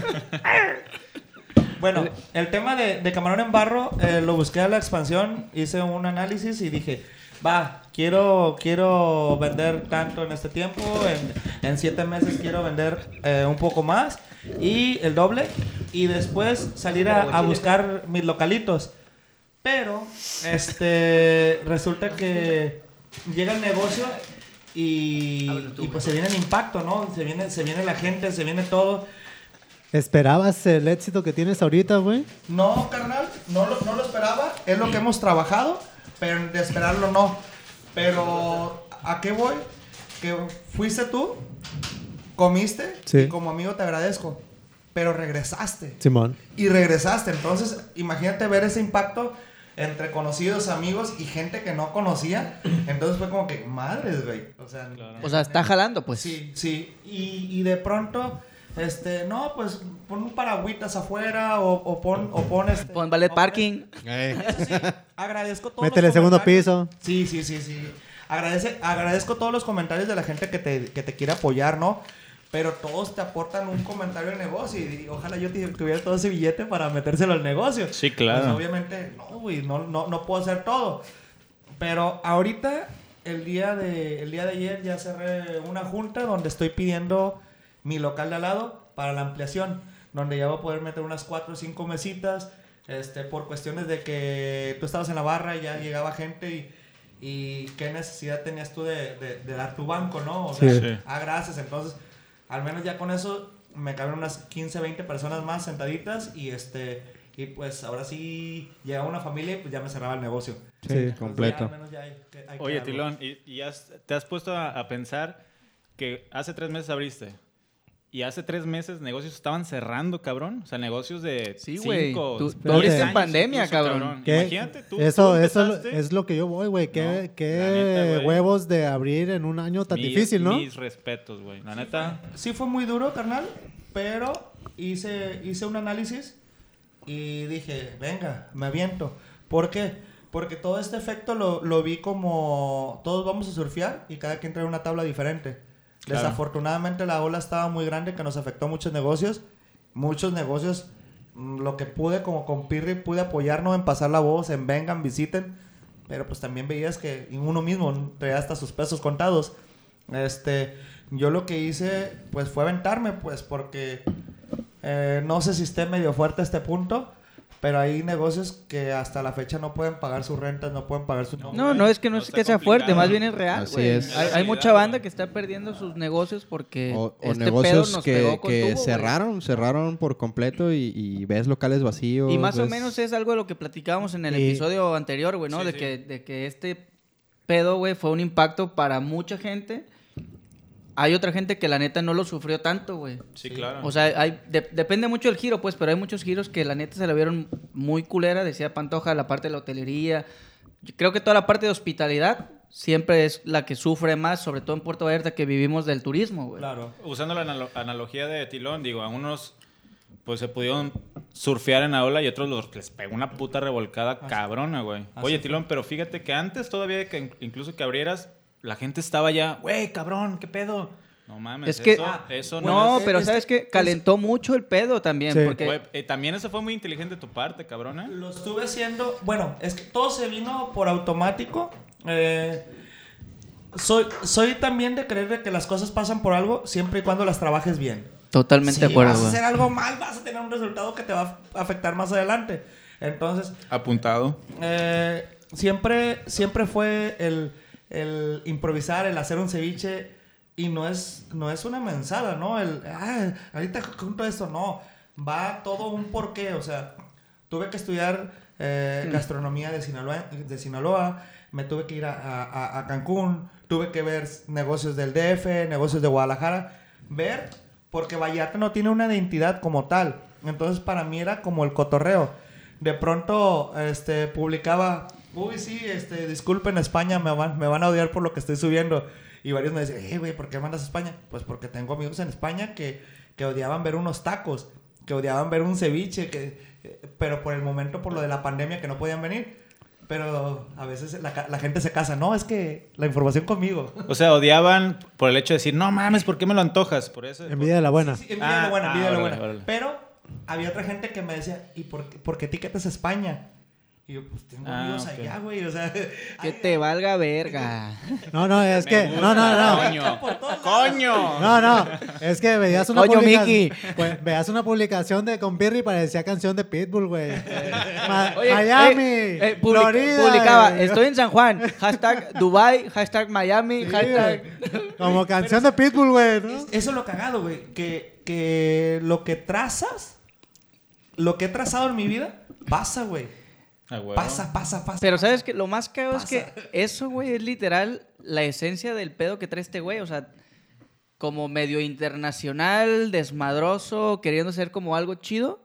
E: Bueno, el tema de, de Camarón en Barro eh, lo busqué a la expansión, hice un análisis y dije, va, quiero, quiero vender tanto en este tiempo, en, en siete meses quiero vender eh, un poco más y el doble y después salir a, a buscar mis localitos. Pero, este, resulta que llega el negocio y, y pues se viene el impacto, ¿no? Se viene, se viene la gente, se viene todo.
D: ¿Esperabas el éxito que tienes ahorita, güey?
E: No, carnal, no lo, no lo esperaba. Es lo que hemos trabajado, pero de esperarlo no. Pero, ¿a qué voy? Que fuiste tú, comiste,
D: Sí.
E: y como amigo te agradezco, pero regresaste.
D: Simón.
E: Y regresaste. Entonces, imagínate ver ese impacto entre conocidos, amigos y gente que no conocía. Entonces fue como que, madres, güey. O sea,
A: O sea, está jalando, pues.
E: Sí, sí. Y, y de pronto, este, no, pues pon un paragüitas afuera o, o pon, o pon este.
A: Pon ballet
E: o
A: parking.
B: Eh,
E: Sí, agradezco todos
D: Métele
E: los
D: segundo piso.
E: comentarios. Sí, sí, sí, sí. Agradece, agradezco todos los comentarios de la gente que te, que te quiere apoyar, ¿no? Pero todos te aportan un comentario al negocio y, y ojalá yo te- tuviera todo ese billete para metérselo al negocio.
C: Sí, claro.
E: Pues, obviamente, no, güey, no, no, no puedo hacer todo. Pero ahorita, el día, de, el día de ayer, ya cerré una junta donde estoy pidiendo mi local de al lado para la ampliación, donde ya voy a poder meter unas 4 o 5 mesitas, este, por cuestiones de que tú estabas en la barra y ya llegaba gente y, y qué necesidad tenías tú de, de- de dar tu banco, ¿no? O sea,
D: Sí.
C: Sí.
E: ah, gracias, entonces, al menos ya con eso me caben unas 15, 20 personas más sentaditas y este... Y pues ahora sí llegaba una familia y pues ya me cerraba el negocio.
D: Sí.
B: completo.
E: Entonces, ya, al menos ya hay que- hay que
C: Oye,
E: darlo.
C: Tilón, ¿y, y has- te has puesto a, a pensar que hace tres meses abriste? Y hace tres meses negocios estaban cerrando, cabrón. O sea, negocios de
A: Sí, güey.
C: cinco,
A: Tú- tú
C: tres
D: abriste
A: en
C: años
A: pandemia, cabrón.
D: ¿Qué?
C: Imagínate tú.
D: Eso,
C: tú
D: eso lo-
C: empezaste.
D: es lo que yo voy, güey. Qué,
C: No,
D: qué
C: la neta, güey.
D: huevos de abrir en un año tan
C: Mis-
D: difícil, ¿no?
C: Mis respetos, güey. La neta.
E: Sí fue muy duro, carnal, pero hice, hice un análisis y dije, venga, me aviento. ¿Por qué? Porque todo este efecto lo, lo vi como todos vamos a surfear y cada quien trae una tabla diferente.
C: Claro.
E: Desafortunadamente la ola estaba muy grande que nos afectó a muchos negocios. Muchos negocios, mm, lo que pude como con Pirri, pude apoyarnos en pasar la voz, en vengan, visiten. Pero pues también veías que uno mismo traía hasta sus pesos contados. Este, yo lo que hice pues fue aventarme pues porque eh, no sé si esté medio fuerte este punto, pero hay negocios que hasta la fecha no pueden pagar sus rentas, no pueden pagar sus...
A: No, no es que no,
C: No
A: es
C: está
A: que sea
C: complicado.
A: fuerte, más bien es real,
B: Así
A: güey.
B: es.
A: Hay, hay mucha banda que está perdiendo sus negocios porque
B: O, o
A: este pedo
B: negocios
A: nos
B: que,
A: pegó con
B: que
A: tubo, güey.
B: cerraron, cerraron por completo y, y ves locales vacíos.
A: Y más o
B: ves-
A: menos es algo de lo que platicábamos en el
D: Y-
A: episodio anterior, güey, ¿no?
C: Sí,
A: de,
C: sí.
A: Que, de que este pedo, güey, fue un impacto para mucha gente. Hay otra gente que la neta no lo sufrió tanto, güey.
C: Sí, claro.
A: O sea, hay, de- depende mucho del giro, pues, pero hay muchos giros que la neta se la vieron muy culera, decía Pantoja, la parte de la hotelería. Yo creo que toda la parte de hospitalidad siempre es la que sufre más, sobre todo en Puerto Vallarta, que vivimos del turismo, güey.
E: Claro.
C: Usando la analo- analogía de Tilón, digo, a unos pues se pudieron surfear en la ola y otros los, les pegó una puta revolcada cabrona, güey.
E: Así
C: Oye,
E: fue.
C: Tilón, pero fíjate que antes todavía de que in- incluso que abrieras, la gente estaba ya, güey, cabrón, ¿qué pedo? No mames,
A: Es que-
C: eso,
A: Ah,
C: eso
A: No,
C: no, es...
A: pero
E: es
A: ¿sabes
E: que-
A: qué? Calentó mucho el pedo también,
D: Sí.
A: porque...
C: Güey, eh, también eso fue muy inteligente de tu parte, cabrón, ¿eh?
E: Lo estuve haciendo. Bueno, es que todo se vino por automático. Eh, soy, soy también de creer de que las cosas pasan por algo siempre y cuando las trabajes bien.
A: Totalmente de
E: si
A: acuerdo,
E: vas a
A: güey.
E: hacer algo mal, vas a tener un resultado que te va a afectar más adelante. Entonces,
C: Apuntado.
E: eh, siempre, siempre fue el, el improvisar, el hacer un ceviche. Y no es, no es una mensada, ¿no? El, ah, ahorita junto a esto, no. Va todo un porqué. O sea, tuve que estudiar eh, gastronomía de Sinaloa, de Sinaloa. Me tuve que ir a, a- a- a Cancún. Tuve que ver negocios del DF, negocios de Guadalajara. Ver, porque Vallarta no tiene una identidad como tal. Entonces, para mí era como el cotorreo de pronto este, publicaba, uy, sí, este, disculpen España, me van, me van a odiar por lo que estoy subiendo. Y varios me decían, eh, güey, ¿por qué mandas a España? Pues porque tengo amigos en España que, que odiaban ver unos tacos, que odiaban ver un ceviche, que, eh, pero por el momento, por lo de la pandemia, que no podían venir. Pero a veces la, ca- la gente se casa, no, es que la información conmigo.
C: O sea, odiaban por el hecho de decir, no mames, ¿por qué me lo antojas? Por eso.
D: Envidia de la buena.
E: Sí, envíalo
C: Ah,
E: bueno,
C: ah,
E: envíalo
C: órale,
E: bueno.
C: órale.
E: Pero había otra gente que me decía, ¿y por qué, por qué etiquetas a España? Y yo, pues tengo
C: Ah,
E: amigos
C: ok.
E: allá, güey. O sea,
A: Que
E: ay,
A: te valga verga.
D: No, no, es que. No, no, no.
C: Coño.
E: por todos lados.
C: Coño.
D: No, no, es que veías una
A: Coño,
D: publica-
A: Mickey.
D: pues, veías una publicación de con Pirri parecía canción de Pitbull, güey.
C: Eh.
D: Ma-
A: Oye,
D: Miami,
A: eh, eh, publica-
D: Florida,
A: publicaba,
D: güey.
A: estoy en San Juan, hashtag Dubai, hashtag Miami,
D: Sí,
A: hashtag...
D: güey. Como canción de Pitbull, güey, ¿no?
E: Eso es lo cagado, güey. Que, que lo que trazas, lo que he trazado en mi vida, pasa, güey.
C: Ah, güey.
E: Pasa, pasa, pasa.
A: Pero sabes que lo más cagado es que
E: Pasa.
A: eso, güey, es literal la esencia del pedo que trae este güey. O sea, como medio internacional, desmadroso, queriendo ser como algo chido.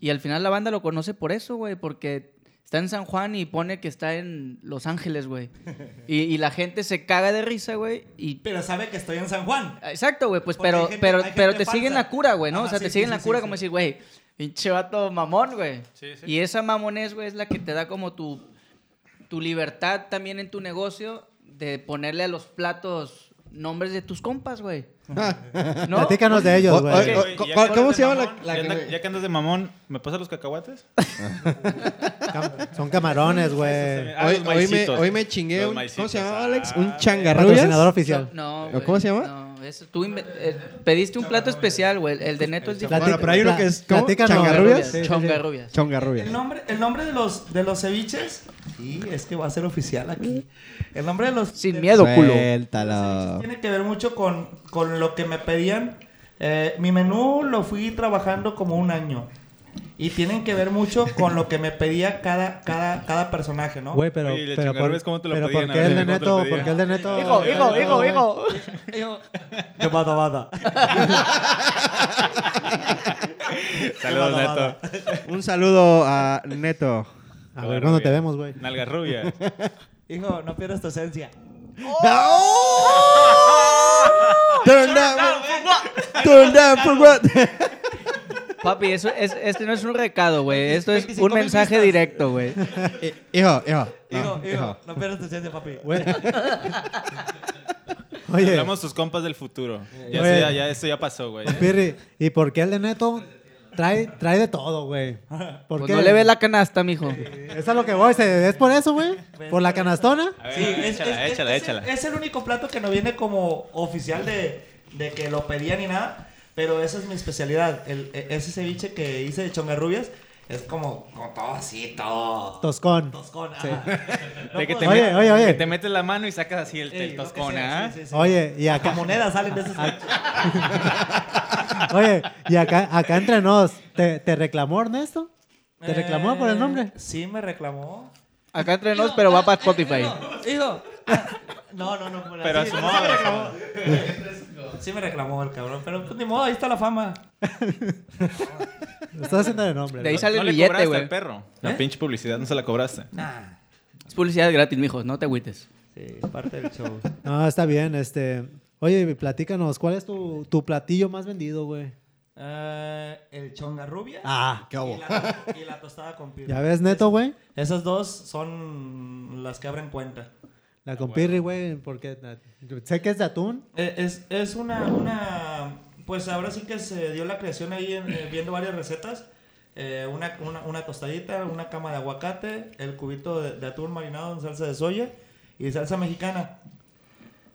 A: Y al final la banda lo conoce por eso, güey, porque está en San Juan y pone que está en Los Ángeles, güey. Y, y la gente se caga de risa, güey. Y...
E: Pero sabe que estoy en San Juan.
A: Exacto, güey, pues,
E: Porque
A: pero,
E: hay gente-
A: pero,
E: hay gente
A: pero te
E: falsa.
A: siguen la cura, güey, ¿no?
E: Ajá,
A: o sea,
E: sí,
A: te
E: sí,
A: siguen
E: sí,
A: la
E: sí,
A: cura
E: sí.
A: como decir, güey, pinche vato mamón, güey.
C: Sí, sí.
A: Y esa mamonés, güey, es la que te da como tu, tu libertad también en tu negocio de ponerle a los platos nombres de tus compas, güey. ¿No?
D: Platícanos de
B: O-
D: ellos,
B: o-
D: güey.
B: o-
C: Oye, güey, ya
B: ¿Cómo
C: que
B: cómo
C: andas
B: se
C: de
B: llama la-
C: mamón,
B: la
C: ya, anda-
B: que-
C: ya que andas de mamón, ¿me pasas los cacahuates?
D: Cam- Son camarones, güey.
C: Ah,
B: Hoy,
C: los
B: hoy me,
C: maicitos.
B: hoy me chingué
C: Los
B: un... ¿Cómo
C: maicitos,
B: se llama,
C: ah,
B: Alex?
C: güey.
B: Un changarrullas.
D: Patrocinador oficial.
A: No,
B: ¿O
A: güey,
B: cómo se llama?
A: No, eso, tú inve- eh, pediste un plato especial, güey. El de Neto es diferente.
B: Bueno, pero hay uno que es... ¿cómo?
D: Platícanos.
B: ¿Changarrubias?
D: Sí, sí, sí.
A: Chongarrubias.
B: Chongarrubias.
E: El nombre, el nombre de los de los ceviches. Sí, es que va a ser oficial aquí. El nombre de los
A: Sin
E: de-
A: miedo, culo.
B: Suéltalo.
E: Tiene que ver mucho con, con lo que me pedían. Eh, mi menú lo fui trabajando como un año. Y tienen que ver mucho con lo que me pedía cada, cada, cada personaje, ¿no?
D: Güey, pero,
C: Oye, ¿y el
D: pero,
C: changarro
D: por,
C: es cómo te lo
D: pero
C: pedían?
D: ¿por
C: A
D: qué
C: ver,
D: el de
C: ¿cómo te lo
D: neto?
C: pedían?
D: ¿Por qué el de neto?
A: Hijo, hijo, hijo, hijo.
E: De bada, bada.
C: Saludos, Neto.
B: Un saludo a Neto.
D: A ver, ¿cuándo te vemos, güey?
C: Nalga rubia.
E: Hijo, no pierdas tu esencia.
B: Turn down, turn down for what?
A: Papi, eso es, este no es un recado, güey. Esto es
E: 25
A: un
E: mil
A: mensaje
E: vistas.
A: directo, güey.
B: Eh, Hijo, hijo. no,
E: Hijo, hijo,
B: hijo.
E: no pierdas tu esencia, papi.
D: Güey. Oye,
C: Hablamos tus compas del futuro. Ya,
D: Güey.
C: eso ya, ya, eso ya pasó, güey.
D: pues, Pirri, ¿y por qué el de neto trae, trae de todo, güey? ¿Por
A: Pues
D: qué?
A: no le ve la canasta, mijo.
D: Es a lo que voy, ¿se- ¿es por eso, güey?
A: Pues
D: ¿Por la canastona?
C: A ver, échala, échala,
E: es el-
C: échala.
E: es el único plato que no viene como oficial de, de que lo pedía ni nada, pero esa es mi especialidad. El, e- ese ceviche que hice de chongarrubias es como con todo así, todo
D: Toscón.
E: toscón. ajá. No
C: De que
E: puedo-
C: te,
D: Oye,
C: met-
D: oye, oye.
C: que te metes la mano y sacas así el,
E: Ey,
C: el
E: lo que
C: toscón,
E: sea,
C: ¿ah?
E: sí, sí, sí.
D: Oye, y
E: Hasta
D: acá,
E: monedas salen de ese ceviche.
D: oye, y acá, acá entre nos, ¿te, te reclamó Ernesto? ¿Te reclamó por el
E: Eh,
D: nombre?
E: Sí, me reclamó.
A: Acá entre nos, pero va para Spotify.
E: Hijo. No, no, no.
C: Pero a
E: sí,
C: su
E: sí
C: modo.
E: me reclamó. Sí me reclamó el cabrón, pero pues ni modo, ahí está la fama.
D: Lo Estás haciendo de nombre.
A: Eh. De ahí
D: ¿no?
A: sale
C: no
A: el
C: le
A: billete,
C: cobraste
A: güey.
E: ¿Eh?
C: al perro. La pinche publicidad no se la cobraste.
E: Nah.
A: Es publicidad gratis, mijo, no te agüites.
E: Sí, parte del show.
D: No, está bien, este. Oye, platícanos, ¿cuál es tu, tu platillo más vendido, güey?
E: Eh, el chonga rubia.
B: Ah, qué
E: y,
B: hubo.
E: la, y la tostada con pirri.
D: ¿Ya ves, neto, güey?
E: Esas dos son las que abren cuenta.
D: La compirri, güey, porque na- sé que es de atún.
E: Eh, Es, es una, una- Pues ahora sí que se dio la creación ahí en- eh, viendo varias recetas. Eh, una, una- una tostadita, una cama de aguacate, el cubito de, de atún marinado en salsa de soya y salsa mexicana.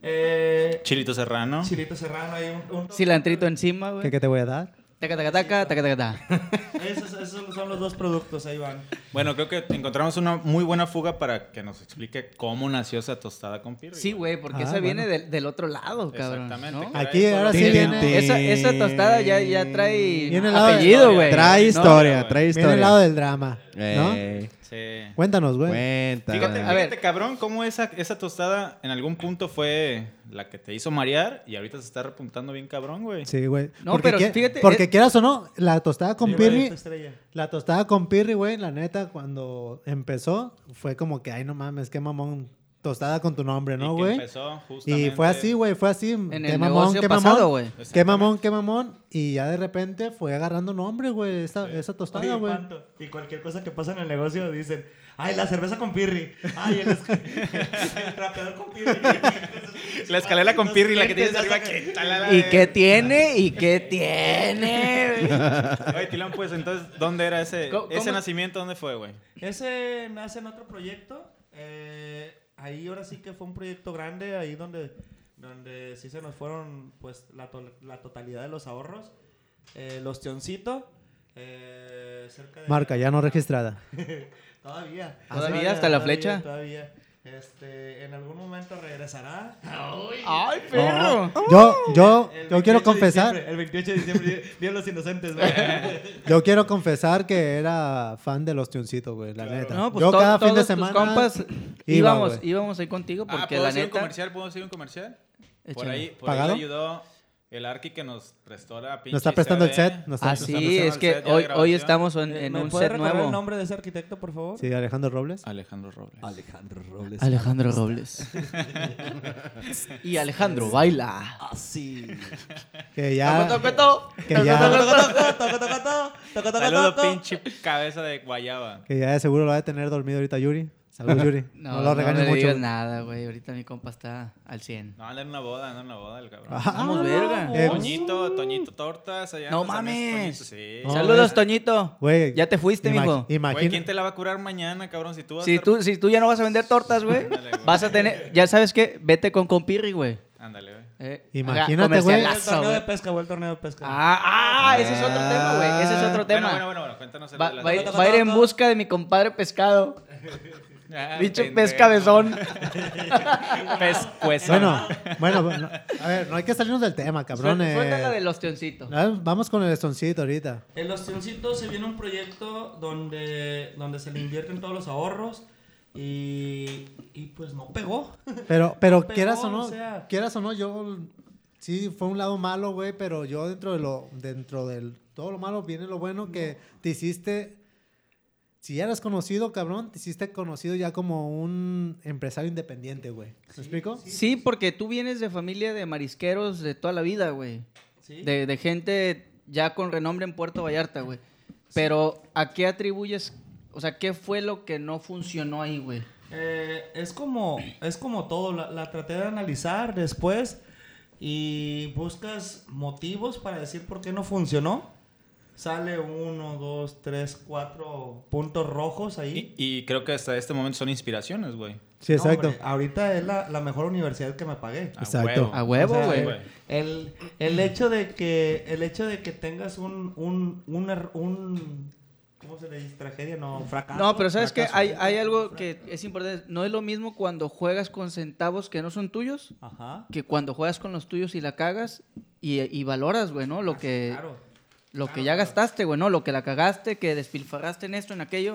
E: Eh,
C: Chilito serrano.
E: chilito serrano, ahí un, un toque.
A: Cilantrito encima, güey.
D: ¿Qué, qué te voy a dar?
A: Taca, taca, taca, taca, taca, taca.
E: Esos, esos son los dos productos, ahí van.
C: Bueno, creo que encontramos una muy buena fuga para que nos explique cómo nació esa tostada con pirri.
A: Sí, güey, porque
D: Ah,
A: esa viene
D: bueno.
A: del, del otro lado, cabrón.
C: Exactamente.
A: ¿no?
C: Trae
D: Aquí, ahora sí
C: color.
D: viene-
A: Esa, esa tostada ya, ya trae
D: Viene el lado de-
A: apellido, güey.
B: Trae
A: ¿no?
B: historia, trae
D: Viene
B: historia.
D: el lado del drama, ¿no?
B: Eh,
C: Sí.
D: Cuéntanos, güey.
B: Cuenta.
C: Fíjate,
A: A ver.
C: fíjate, cabrón, cómo esa, esa tostada en algún punto fue la que te hizo marear y ahorita se está repuntando bien cabrón, güey.
D: Sí, güey.
A: No,
D: Porque
A: pero
D: quie-
A: fíjate,
D: Porque
A: eh-
D: quieras o no, la tostada con
E: Ahí va
D: pirri
E: esta estrella.
D: La tostada con Pirri, güey, la neta, cuando empezó, fue como que, ay, no mames, qué mamón. Tostada con tu nombre,
C: Y
D: ¿no,
C: que
D: güey?
C: empezó justamente-
D: Y fue así, güey, fue así.
A: En el negocio pasado, güey.
D: Qué mamón, qué mamón. Y ya de repente fue agarrando nombre, güey, esa, esa tostada,
E: Oye,
D: güey.
E: Panto, Y cualquier cosa que pasa en el negocio dicen, ay, la cerveza con pirri, ay, el, es- el trapeador con pirri.
C: La escalera con pirri, la que tienes
E: Entonces,
C: arriba, que tal la
A: ¿Y
C: de-
A: qué tiene? ¿Y qué tiene? güey?
C: Oye, Tilón, pues entonces, ¿dónde era ese,
A: ¿Cómo-
C: ese
A: cómo-
C: nacimiento? ¿Dónde fue, güey?
E: Ese nace en otro proyecto. eh, ahí ahora sí que fue un proyecto grande, ahí donde, donde sí se nos fueron pues la, to- la totalidad de los ahorros. Eh, los Tioncito. eh, cerca de-
D: Marca, ya no registrada.
E: Todavía.
A: ¿Todavía? ¿Hasta la
E: todavía,
A: flecha?
E: Todavía. Este, en algún momento regresará.
A: ¡Ay, perro!
D: Yo,
A: Oh.
D: yo,
E: El
D: yo quiero
E: 28 de
D: confesar,
E: diciembre, El 28 de diciembre, Día de los Inocentes, güey.
D: yo quiero confesar que era fan de los tioncitos, güey, la neta.
A: No, pues
D: yo
A: to-
D: cada fin de
A: todos tus
D: semana
A: compas
D: iba,
A: íbamos,
D: güey.
A: íbamos ahí contigo
C: Ah,
A: porque
C: ¿puedo
A: la
C: hacer un
A: neta...
C: comercial? ¿Puedo hacer un comercial? Por
A: Échale.
C: ahí, por ahí
D: ¿Pagado?
C: ayudó el Arqui que nos prestó la pinche
D: Nos está prestando el
C: CD.
D: set. Nos está
A: Ah,
D: prestando-
A: sí,
C: Estamos
A: es
C: en
A: que
C: set ya de
A: hoy, hoy
C: grabación.
A: estamos en, en
E: ¿Me
A: un
E: puede
A: set
E: recordar el
A: nuevo.
E: nombre de ese arquitecto, por favor?
D: Sí, Alejandro Robles.
C: Alejandro Robles.
F: Alejandro Robles.
A: Alejandro
E: Este.
A: Robles. y Alejandro baila.
F: Así.
D: Que ya... Que ya-
C: Saludo, pinche cabeza de guayaba.
D: Que ya de seguro lo va a tener dormido ahorita Yuri. Saludos, Yuri.
A: No,
D: No, lo regañes
A: le
D: mucho.
A: digas
D: güey.
A: nada, güey. Ahorita mi compa está al 100.
C: No, anda en una boda, anda en una boda el cabrón.
D: Ah,
A: Vamos, verga.
D: eh,
C: Toñito, Toñito Tortas. Allá
A: No
C: andas también,
A: mames.
C: Toñito, sí.
D: No,
A: Saludos,
D: güey.
A: Toñito.
D: Güey.
A: Ya te fuiste,
D: ima-
A: mijo.
D: Imagina.
C: Güey, ¿quién te la va a curar mañana, cabrón? Si tú vas a
A: Si
C: estar-
A: tú, si tú ya no vas a vender tortas, güey,
C: Ándale, güey.
A: vas a tener... Ya sabes qué, vete con Compirri, güey.
C: Ándale, güey.
A: Eh,
D: Imagínate,
A: haga
D: güey.
E: El
A: comercialazo,
E: torneo de
A: güey.
E: pesca, güey, el torneo de pesca.
A: Ah, ah, ese es otro tema, güey. Ese es otro tema.
C: Bueno, bueno, bueno, bueno, cuéntanos el
A: Va,
C: de las
A: va a ir-
C: bodas.
A: va a ir en busca de mi compadre pescado.
C: Ah,
A: Dicho
C: pendejo.
A: pez cabezón.
C: Pescuezo.
D: Bueno, bueno, bueno, a ver, no hay que salirnos del tema, cabrón. eh.
A: Suelta la de los teoncitos.
D: Ah, Vamos con el estoncito ahorita.
E: En Los Tioncitos se viene un proyecto donde, donde se le invierten todos los ahorros y, y pues no pegó.
D: Pero, pero
E: Pero,
D: quieras o no,
E: o sea-
D: quieras o no, yo sí fue un lado malo, güey, pero yo dentro de lo, dentro del todo lo malo viene lo bueno que te hiciste. Si ya eras conocido, cabrón, te hiciste conocido ya como un empresario independiente, güey. ¿Me explico?
A: Sí, porque tú vienes de familia de marisqueros de toda la vida, güey.
E: ¿sí?
A: De, de gente ya con renombre en Puerto Vallarta, güey. Pero, ¿a qué atribuyes? O sea, ¿qué fue lo que no funcionó ahí, güey?
E: Eh, es como es como todo, la, la traté de analizar después y buscas motivos para decir por qué no funcionó. Sale uno, dos, tres, cuatro puntos rojos
C: Y,
E: ahí.
C: y creo que hasta este momento son inspiraciones, güey.
D: Sí,
E: No, hombre, ahorita es la, la mejor universidad que me pagué.
C: A
D: Exacto.
C: huevo.
A: A huevo,
E: O sea,
A: güey.
C: güey.
E: El, el hecho de que el hecho de que tengas un un, un, er- un- ¿cómo se le dice? tragedia, no, fracaso.
A: No, pero ¿sabes qué?
E: Fracaso.
A: Hay, hay algo que es importante. No es lo mismo cuando juegas con centavos que no son tuyos
E: Ajá.
A: que cuando juegas con los tuyos y la cagas y, y valoras, güey, ¿no? Lo que,
E: Ah, Claro.
A: lo que ya gastaste, güey, ¿no? Lo que la cagaste, que despilfarraste en esto, en aquello.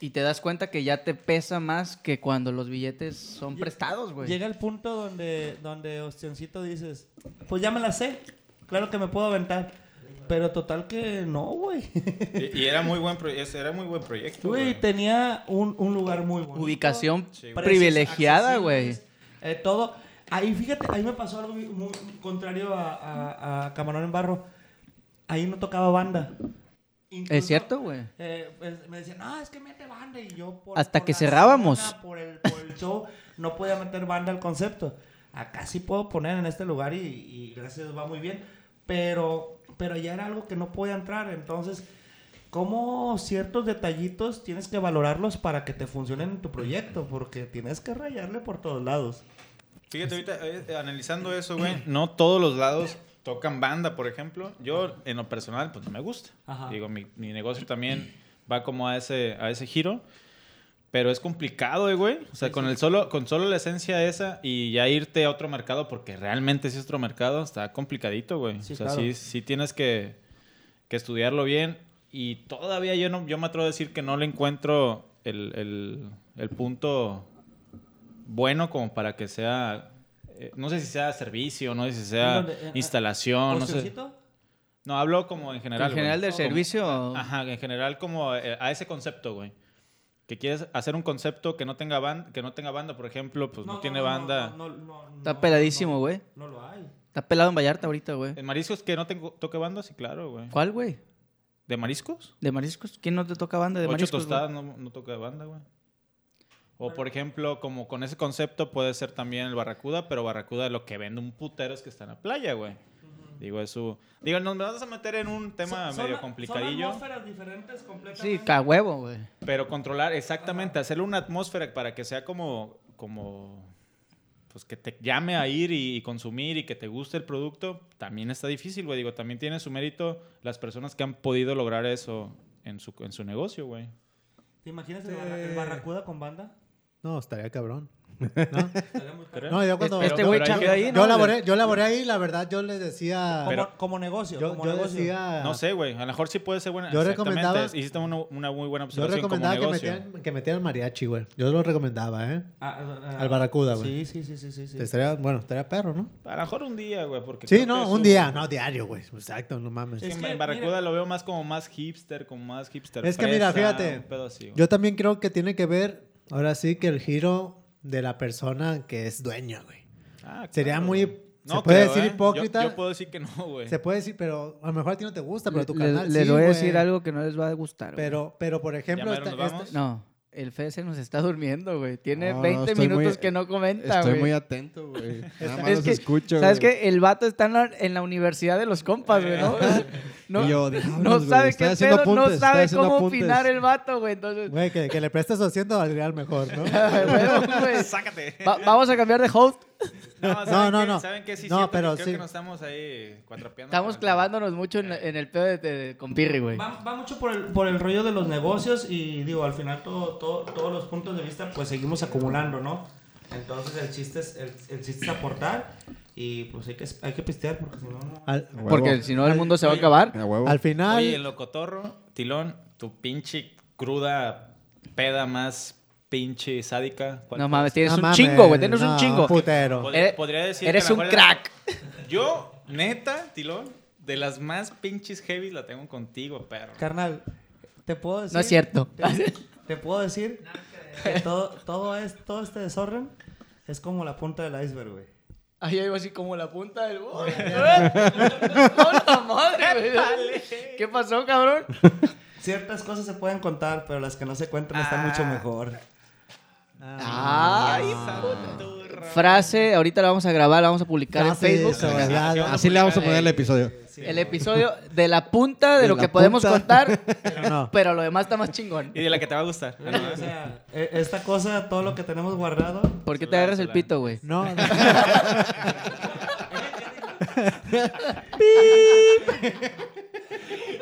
A: Y te das cuenta que ya te pesa más que cuando los billetes son
E: Lle-
A: prestados, güey.
E: Llega el punto donde, donde Ostioncito dices, pues ya me la sé, claro que me puedo aventar. Pero total que no, güey.
C: Y, y era, muy buen proye- ese era muy buen proyecto.
E: Güey,
C: güey.
E: tenía un, un lugar muy bueno.
A: Ubicación
C: Sí,
A: güey. privilegiada, güey.
E: eh, todo. Ahí, fíjate, ahí me pasó algo muy, muy contrario a, a- a Camarón en Barro. Ahí no tocaba banda. Incluso,
A: ¿Es cierto, güey?
E: eh, pues, me decían, no, es que mete banda. Y yo, por,
A: Hasta
E: por
A: que
E: la
A: cerrábamos.
E: semana, por, el, por el show, no podía meter banda al concepto. Acá sí puedo poner en este lugar y, y gracias a Dios va muy bien. Pero, pero ya era algo que no podía entrar. Entonces, ¿cómo ciertos detallitos tienes que valorarlos para que te funcionen en tu proyecto? Porque tienes que rayarle por todos lados.
C: Fíjate, ahorita eh, analizando eso, güey, no todos los lados tocan banda, por ejemplo. Yo, en lo personal, pues no me gusta.
E: Ajá.
C: Digo, mi, mi negocio también va como a ese, a ese giro. Pero es complicado, eh, güey. O sea, con, el solo, con solo la esencia esa y ya irte a otro mercado, porque realmente sí es otro mercado, está complicadito, güey.
E: Sí,
C: o sea,
E: claro.
C: sí, sí tienes que, que estudiarlo bien. Y todavía yo, no, yo me atrevo a decir que no le encuentro el, el- el punto bueno como para que sea... eh, no sé si sea servicio, no sé si sea
E: ¿En dónde? ¿En-
C: instalación, no sé.
E: ¿Ociosito?
C: No, hablo Oh, como en general.
A: En general
C: güey.
A: del servicio.
C: Ajá, en general como eh, a ese concepto, güey. Que quieres hacer un concepto que no tenga banda, que no tenga banda, por ejemplo, pues no, tiene banda.
E: no, no, no,
A: Está
E: no,
A: peladísimo,
E: no,
A: güey.
E: No, lo hay.
A: Está pelado en Vallarta ahorita, güey.
C: ¿En mariscos que no tengo, toque banda? Sí, claro, güey.
A: ¿Cuál, güey?
C: ¿De mariscos?
A: ¿De mariscos? ¿Quién no te toca banda de
C: Ocho
A: mariscos? güey?
C: tostadas no, no toca banda, güey. O por ejemplo, como con ese concepto puede ser también el Barracuda, pero Barracuda lo que vende un putero es que está en la playa, güey. Digo, es su... Digo, nos vamos a meter en un tema
E: Son- son-
C: medio
E: son
C: complicadillo.
E: atmósferas diferentes
A: Sí,
E: completamente.
A: ca huevo, güey.
C: Pero controlar, exactamente, hacerle una atmósfera para que sea como, como, pues que te llame a ir y, y consumir y que te guste el producto, también está difícil, güey. Digo, también tiene su mérito las personas que han podido lograr eso en su, en su negocio, güey.
E: ¿Te imaginas el, barra- el Barracuda con banda?
D: No, estaría cabrón.
E: Estaría muy
C: ¿Eh?
E: padre.
D: No, yo cuando.
A: este
C: pero-
A: güey
C: pero hay
A: chambeó
C: gente-
A: ahí, ¿no?
D: yo laboré, yo laboré ahí, la verdad, yo les decía.
E: como,
C: pero-
E: como negocio,
D: yo
E: como
D: yo
E: negocio.
D: decía.
C: No sé, güey. A lo mejor sí puede ser buena.
D: Yo
C: exactamente,
D: recomendaba-
C: Hiciste una, una muy buena
D: Yo
C: observación como
D: recomendaba que
C: negocio.
D: metieran, que metieran mariachi, güey. Yo lo recomendaba, ¿eh?
E: Ah, ah, ah.
D: Al Barracuda, güey. Este
E: Sí, sí, sí, sí, sí. sí.
D: Estaría, bueno, estaría perro, ¿no?
C: A lo mejor un día, güey, porque...
D: Sí,
C: creo que
D: no,
C: eso-
D: un día, no diario, güey. Exacto, no mames.
E: Sí.
C: Es
E: Es
C: que
E: que,
C: en Barracuda
E: mira-
C: lo veo más como más hipster, como más hipster.
D: Es que mira,
C: fresa,
D: fíjate,
C: un pedo así, güey.
D: Yo también creo que tiene que ver, ahora sí, que el giro de la persona que es dueña, güey.
C: Ah,
D: Sería
C: claro,
D: muy-
C: güey.
D: se puede decir
C: ¿eh? Yo-
D: hipócrita.
C: Yo, puedo decir que no, güey.
D: Se puede decir, pero a lo mejor a ti no te gusta, pero a tu
A: Le-
D: canal
A: Les
D: sí,
A: voy a
D: güey.
A: decir algo que no les va a gustar. güey.
D: Pero, pero por ejemplo,
C: Ya mero
D: esta-
C: nos
D: esta-
C: vamos.
A: No, el Fede se nos está durmiendo, güey. Tiene
B: No,
A: 20
B: estoy muy-
A: minutos que no comenta,
B: Estoy
A: güey.
B: muy atento, güey. Nada más
A: Es
B: los
A: que,
B: escucho.
A: ¿Sabes
B: güey. Eh,
A: qué? El vato está en la, en la universidad de los compas, güey, ¿no? No,
B: Y yo,
A: no
B: diablos, güey,
A: sabe
B: estoy
A: qué
B: haciendo
A: pedo, no
B: apuntes, estoy
A: sabe
B: haciendo
A: cómo
B: apuntes.
A: opinar el vato, güey. Entonces,
D: güey, que, que le prestes haciendo al real mejor, ¿no?
A: bueno, güey.
C: Sácate.
A: Va- vamos a cambiar de host.
C: No,
D: No,
C: ¿saben
D: no,
C: qué?
D: no.
C: ¿Saben qué? Sí,
D: No,
C: siento que
D: pero
C: creo
D: sí.
C: que nos estamos ahí cuatrapeando.
A: Estamos clavándonos mucho en, la- en el pedo de, de- con Pirri, güey.
E: Va, va mucho por el, por el rollo de los negocios y digo, al final todo, todo- todos los puntos de vista pues seguimos acumulando, ¿no? Entonces el chiste es, el, el chiste es aportar y pues hay que, hay que pistear porque si no... no-
D: Al,
B: Huevo.
A: Porque si no, el mundo se va a acabar.
B: A huevo.
D: al final,
C: Oye, en lo cotorro, Tilón, tu pinche cruda peda más pinche sádica. ¿cuál
A: No
C: fue?
A: mames, tienes
D: no
A: un
D: mames,
A: chingo, güey. Tienes un
D: no,
A: chingo.
D: Putero.
C: Pod-
A: Eres-
C: podría decir que
A: Eres
C: la
A: un
C: cual-
A: crack.
C: Yo, neta, Tilón, de las más pinches heavy la tengo contigo, perro.
E: Carnal, te puedo decir...
A: No es cierto.
E: Te, te puedo decir que todo, todo, es, todo este desorden es como la punta del iceberg, güey.
A: Ahí yo iba así como la punta del borde. ¡Hola, madre! güey! ¿Qué pasó, cabrón?
E: Ciertas cosas se pueden contar, pero las que no se cuentan están mucho mejor.
D: Ah,
A: ¡Ay! Frase, ahorita la vamos a grabar, la vamos a publicar
D: Frases,
A: en
D: sobre
A: Facebook.
D: la-
B: Así le vamos a poner el episodio.
A: El episodio de la punta de,
B: De
A: lo
B: la
A: que podemos
B: punta.
A: contar,
D: No.
A: pero lo demás está más chingón.
C: Y de la que te va a gustar. Ah,
E: O sea, e- esta cosa, todo lo que tenemos guardado,
A: ¿Por qué te agarras el pito, güey?
D: No, no.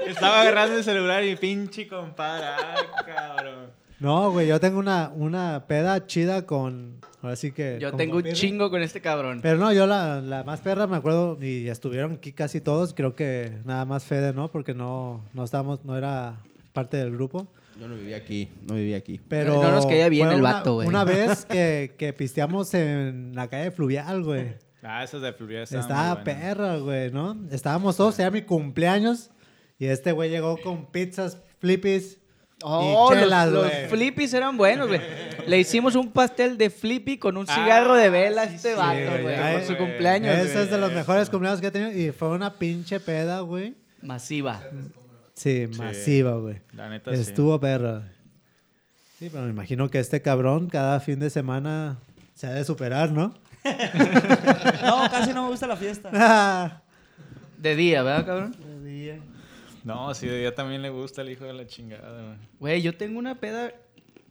C: Estaba agarrando el celular y pinche compadre. Ay, cabrón.
D: No, güey, yo tengo una, una peda chida con. Ahora sí que.
A: Yo
D: con
A: tengo un
D: Vampiro.
A: chingo con este cabrón.
D: Pero no, yo la, la más perra me acuerdo y estuvieron aquí casi todos. Creo que nada más Fede, ¿no? Porque no, no estábamos, no era parte del grupo.
B: Yo no viví aquí, no viví aquí.
D: Pero.
A: No nos caía bien
D: fue
A: el
D: una-
A: vato, güey.
D: Una vez que, que pisteamos en la calle Fluvial, güey.
C: Ah, eso es de Fluvia.
D: Estaba perra, güey, ¿no? Estábamos todos, era mi cumpleaños. Y este güey llegó con pizzas, flippies.
A: Oh,
D: y chelas,
A: los, los
D: güey.
A: flippies eran buenos, güey. Le hicimos un pastel de flippy con un cigarro de vela a este vato,
D: Ah, güey.
A: güey,
D: Ay,
A: por su
C: güey.
A: cumpleaños.
D: Esa
A: güey.
D: es de los mejores cumpleaños que he tenido. Y fue una pinche peda, güey.
A: Masiva.
D: Sí, masiva, güey.
C: La neta sí.
D: Estuvo perro. Sí, pero me imagino que este cabrón cada fin de semana se ha de superar, ¿no?
E: No, casi no me gusta la fiesta.
A: De día, ¿verdad, cabrón?
C: No, sí, de día también le gusta el hijo de la chingada, güey.
A: Güey, yo tengo una peda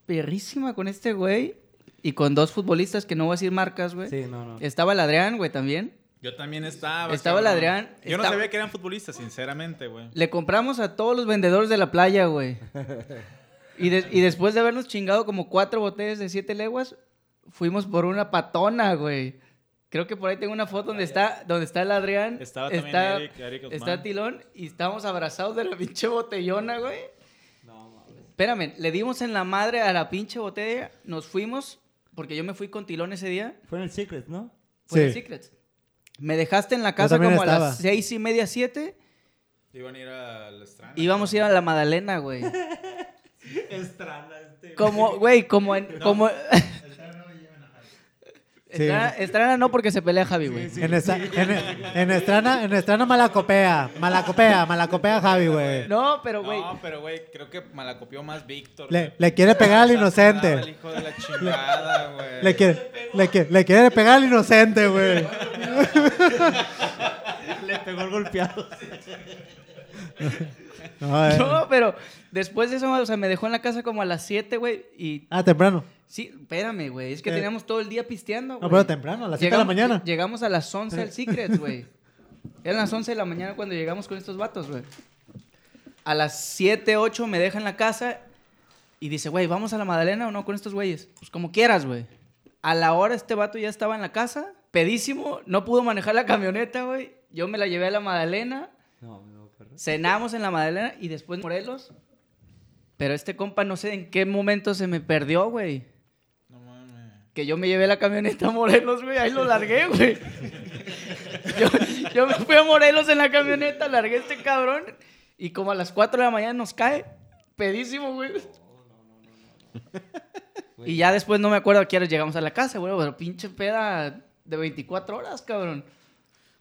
A: perrísima con este güey y con dos futbolistas que no voy a decir marcas, güey.
E: Sí, no, no.
A: Estaba el Adrián, güey, también.
C: Yo también estaba.
A: Estaba el
C: cabrón.
A: Adrián,
C: Yo no
A: estaba-
C: sabía que eran futbolistas, sinceramente, güey.
A: Le compramos a todos los vendedores de la playa, güey. Y, de- y después de habernos chingado como cuatro botellas de siete leguas, fuimos por una patona, güey. Creo que por ahí tengo una foto donde está, donde está el Adrián.
C: Estaba también
A: está,
C: Eric- Eric Guzmán.
A: está Tilón y estábamos abrazados de la pinche botellona, güey. Espérame, le dimos en la madre a la pinche botella, nos fuimos, porque yo me fui con Tilón ese día,
E: Fue en el Secret, ¿no?
A: fue
D: Sí.
A: el Secret. Me dejaste en la casa
D: también
A: como a
D: estaba.
A: las seis y media, siete,
C: Iban a ir al Estrana.
A: íbamos a ir a la Madalena, güey.
E: Estrada, este.
A: Como, güey, como en. Como...
D: Sí.
A: Estrana, Estrana no porque se pelea Javi, güey.
D: En, este- esta- en, en Estrana, en Estrana malacopea. Malacopea, malacopea Javi, güey.
A: No, pero, güey.
C: No, pero güey, creo que me la copió más Víctor.
D: Le,
C: güey.
D: le quiere pegar al
C: O sea,
D: inocente.
C: El hijo de la chingada, güey.
D: Le quiere, le, quiere- le quiere pegar al inocente, güey.
E: Le pegó el golpeado.
D: No, eh.
A: No, pero después de eso, o sea, me dejó en la casa como a las 7, güey. Y
D: Ah, temprano.
A: sí, espérame, güey. Es que
D: Eh.
A: teníamos todo el día pisteando,
D: No,
A: güey.
D: pero temprano, a las 7 de la
A: Llegamos-
D: mañana.
A: Llegamos a las 11 al Secret, güey. Eran las 11 de la mañana cuando llegamos con estos vatos, güey. A las 7, 8 me deja en la casa y dice, güey, ¿vamos a la Madalena o no con estos güeyes? Pues como quieras, güey. A la hora este vato ya estaba en la casa, pedísimo, no pudo manejar la camioneta, güey. Yo me la llevé a la Madalena,
E: No, no, perro.
A: cenamos en la Madalena y después Morelos. Pero este compa no sé en qué momento se me perdió, güey.
C: No mames.
A: Que yo me llevé la camioneta a Morelos, güey. Ahí lo largué, güey. Yo, yo me fui a Morelos en la camioneta, largué a este cabrón. Y como a las 4 de la mañana nos cae. Pedísimo, güey. Y ya después no me acuerdo a qué hora llegamos a la casa, güey. Pero pinche peda de 24 horas, cabrón.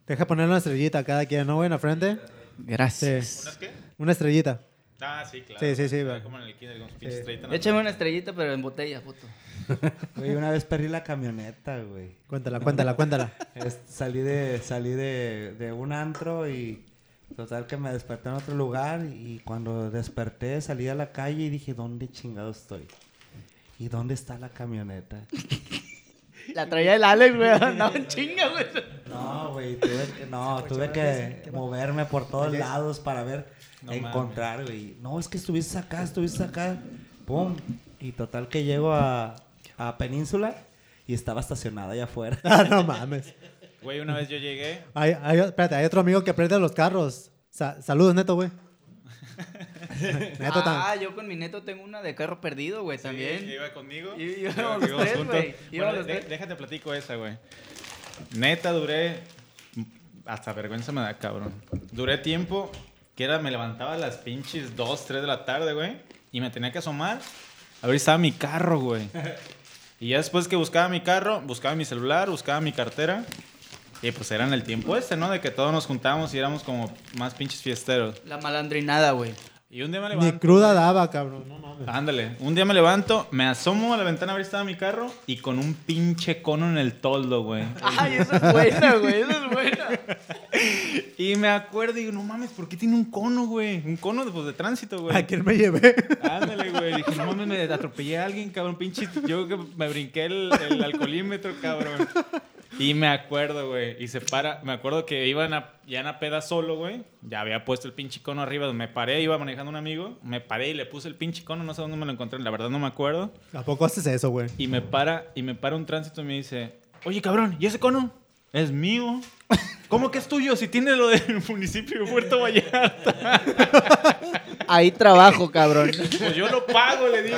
D: Deja poner una estrellita a cada quien, ¿no, güey? En la frente. Sí.
A: Gracias.
C: ¿Unas qué?
D: Una estrellita.
C: Ah, sí, claro.
D: Sí, sí, sí, güey.
C: Como en el kinder, con sus pinches treinta, ¿no?
A: Échame una estrellita, pero en botella, puto.
E: Güey, una vez perdí la camioneta, güey.
D: Cuéntala, cuéntala, cuéntala.
E: Es- salí de, salí de, de un antro y total que me desperté en otro lugar y cuando desperté salí a la calle y dije, ¿dónde chingado estoy? ¿Y dónde está la camioneta?
A: La traía el Alex, güey. Andaba en chinga, güey.
E: No, güey, tuve que, no, tuve que moverme por todos lados para ver,
C: No
E: encontrar, güey. No, es que estuviste acá, estuviste acá. Pum. Y total que llego a, a Península y estaba estacionada allá afuera.
D: Ah, no mames.
C: Güey, una vez yo llegué.
D: Hay, hay- espérate, hay otro amigo que aprieta los carros. Sa- saludos, Neto, güey. Neto
A: ah,
D: también.
A: yo con mi neto tengo una de carro perdido, güey, también.
C: Sí, Iba conmigo.
A: Y- y íbamos los tres,
C: juntos.
A: güey.
C: Bueno,
A: Íbamos los
C: de-
A: tres.
C: déjate platico esa, güey. Neta, duré. Hasta vergüenza me da, cabrón. Duré tiempo que era, me levantaba a las pinches 2, 3 de la tarde, güey. Y me tenía que asomar. A ver si estaba mi carro, güey. Y ya después que buscaba mi carro, buscaba mi celular, buscaba mi cartera. Y pues eran el tiempo este, ¿no? De que todos nos juntábamos y éramos como más pinches fiesteros.
A: La malandrinada, güey.
C: Y un día me
D: Ni
C: levanto.
D: cruda daba, cabrón. No mames.
C: Ándale, un día me levanto, me asomo a la ventana a ver si estaba mi carro y con un pinche cono en el toldo, güey.
A: Ay, esa es buena, güey. Esa es buena.
C: Y me acuerdo y digo, no mames, ¿por qué tiene un cono, güey? Un cono de, pues, de tránsito, güey.
D: ¿A quién me llevé?
C: Ándale, güey. Dije, no mames, me atropellé a alguien, cabrón, pinche. Yo que me brinqué el, el alcoholímetro, cabrón. Y me acuerdo, güey. Y se para. Me acuerdo que iban a, ya en la peda solo, güey. Ya había puesto el pinche cono arriba. Me paré, iba manejando un amigo. Me paré y le puse el pinche cono. No sé dónde me lo encontré. La verdad no me acuerdo.
D: ¿A poco haces eso, güey?
C: Y me para, y me para un tránsito y me dice, oye cabrón, ¿y ese cono? Es mío. ¿Cómo que es tuyo si tiene lo del municipio de Puerto Vallarta?
A: Ahí trabajo, cabrón.
C: Pues yo lo pago, le digo.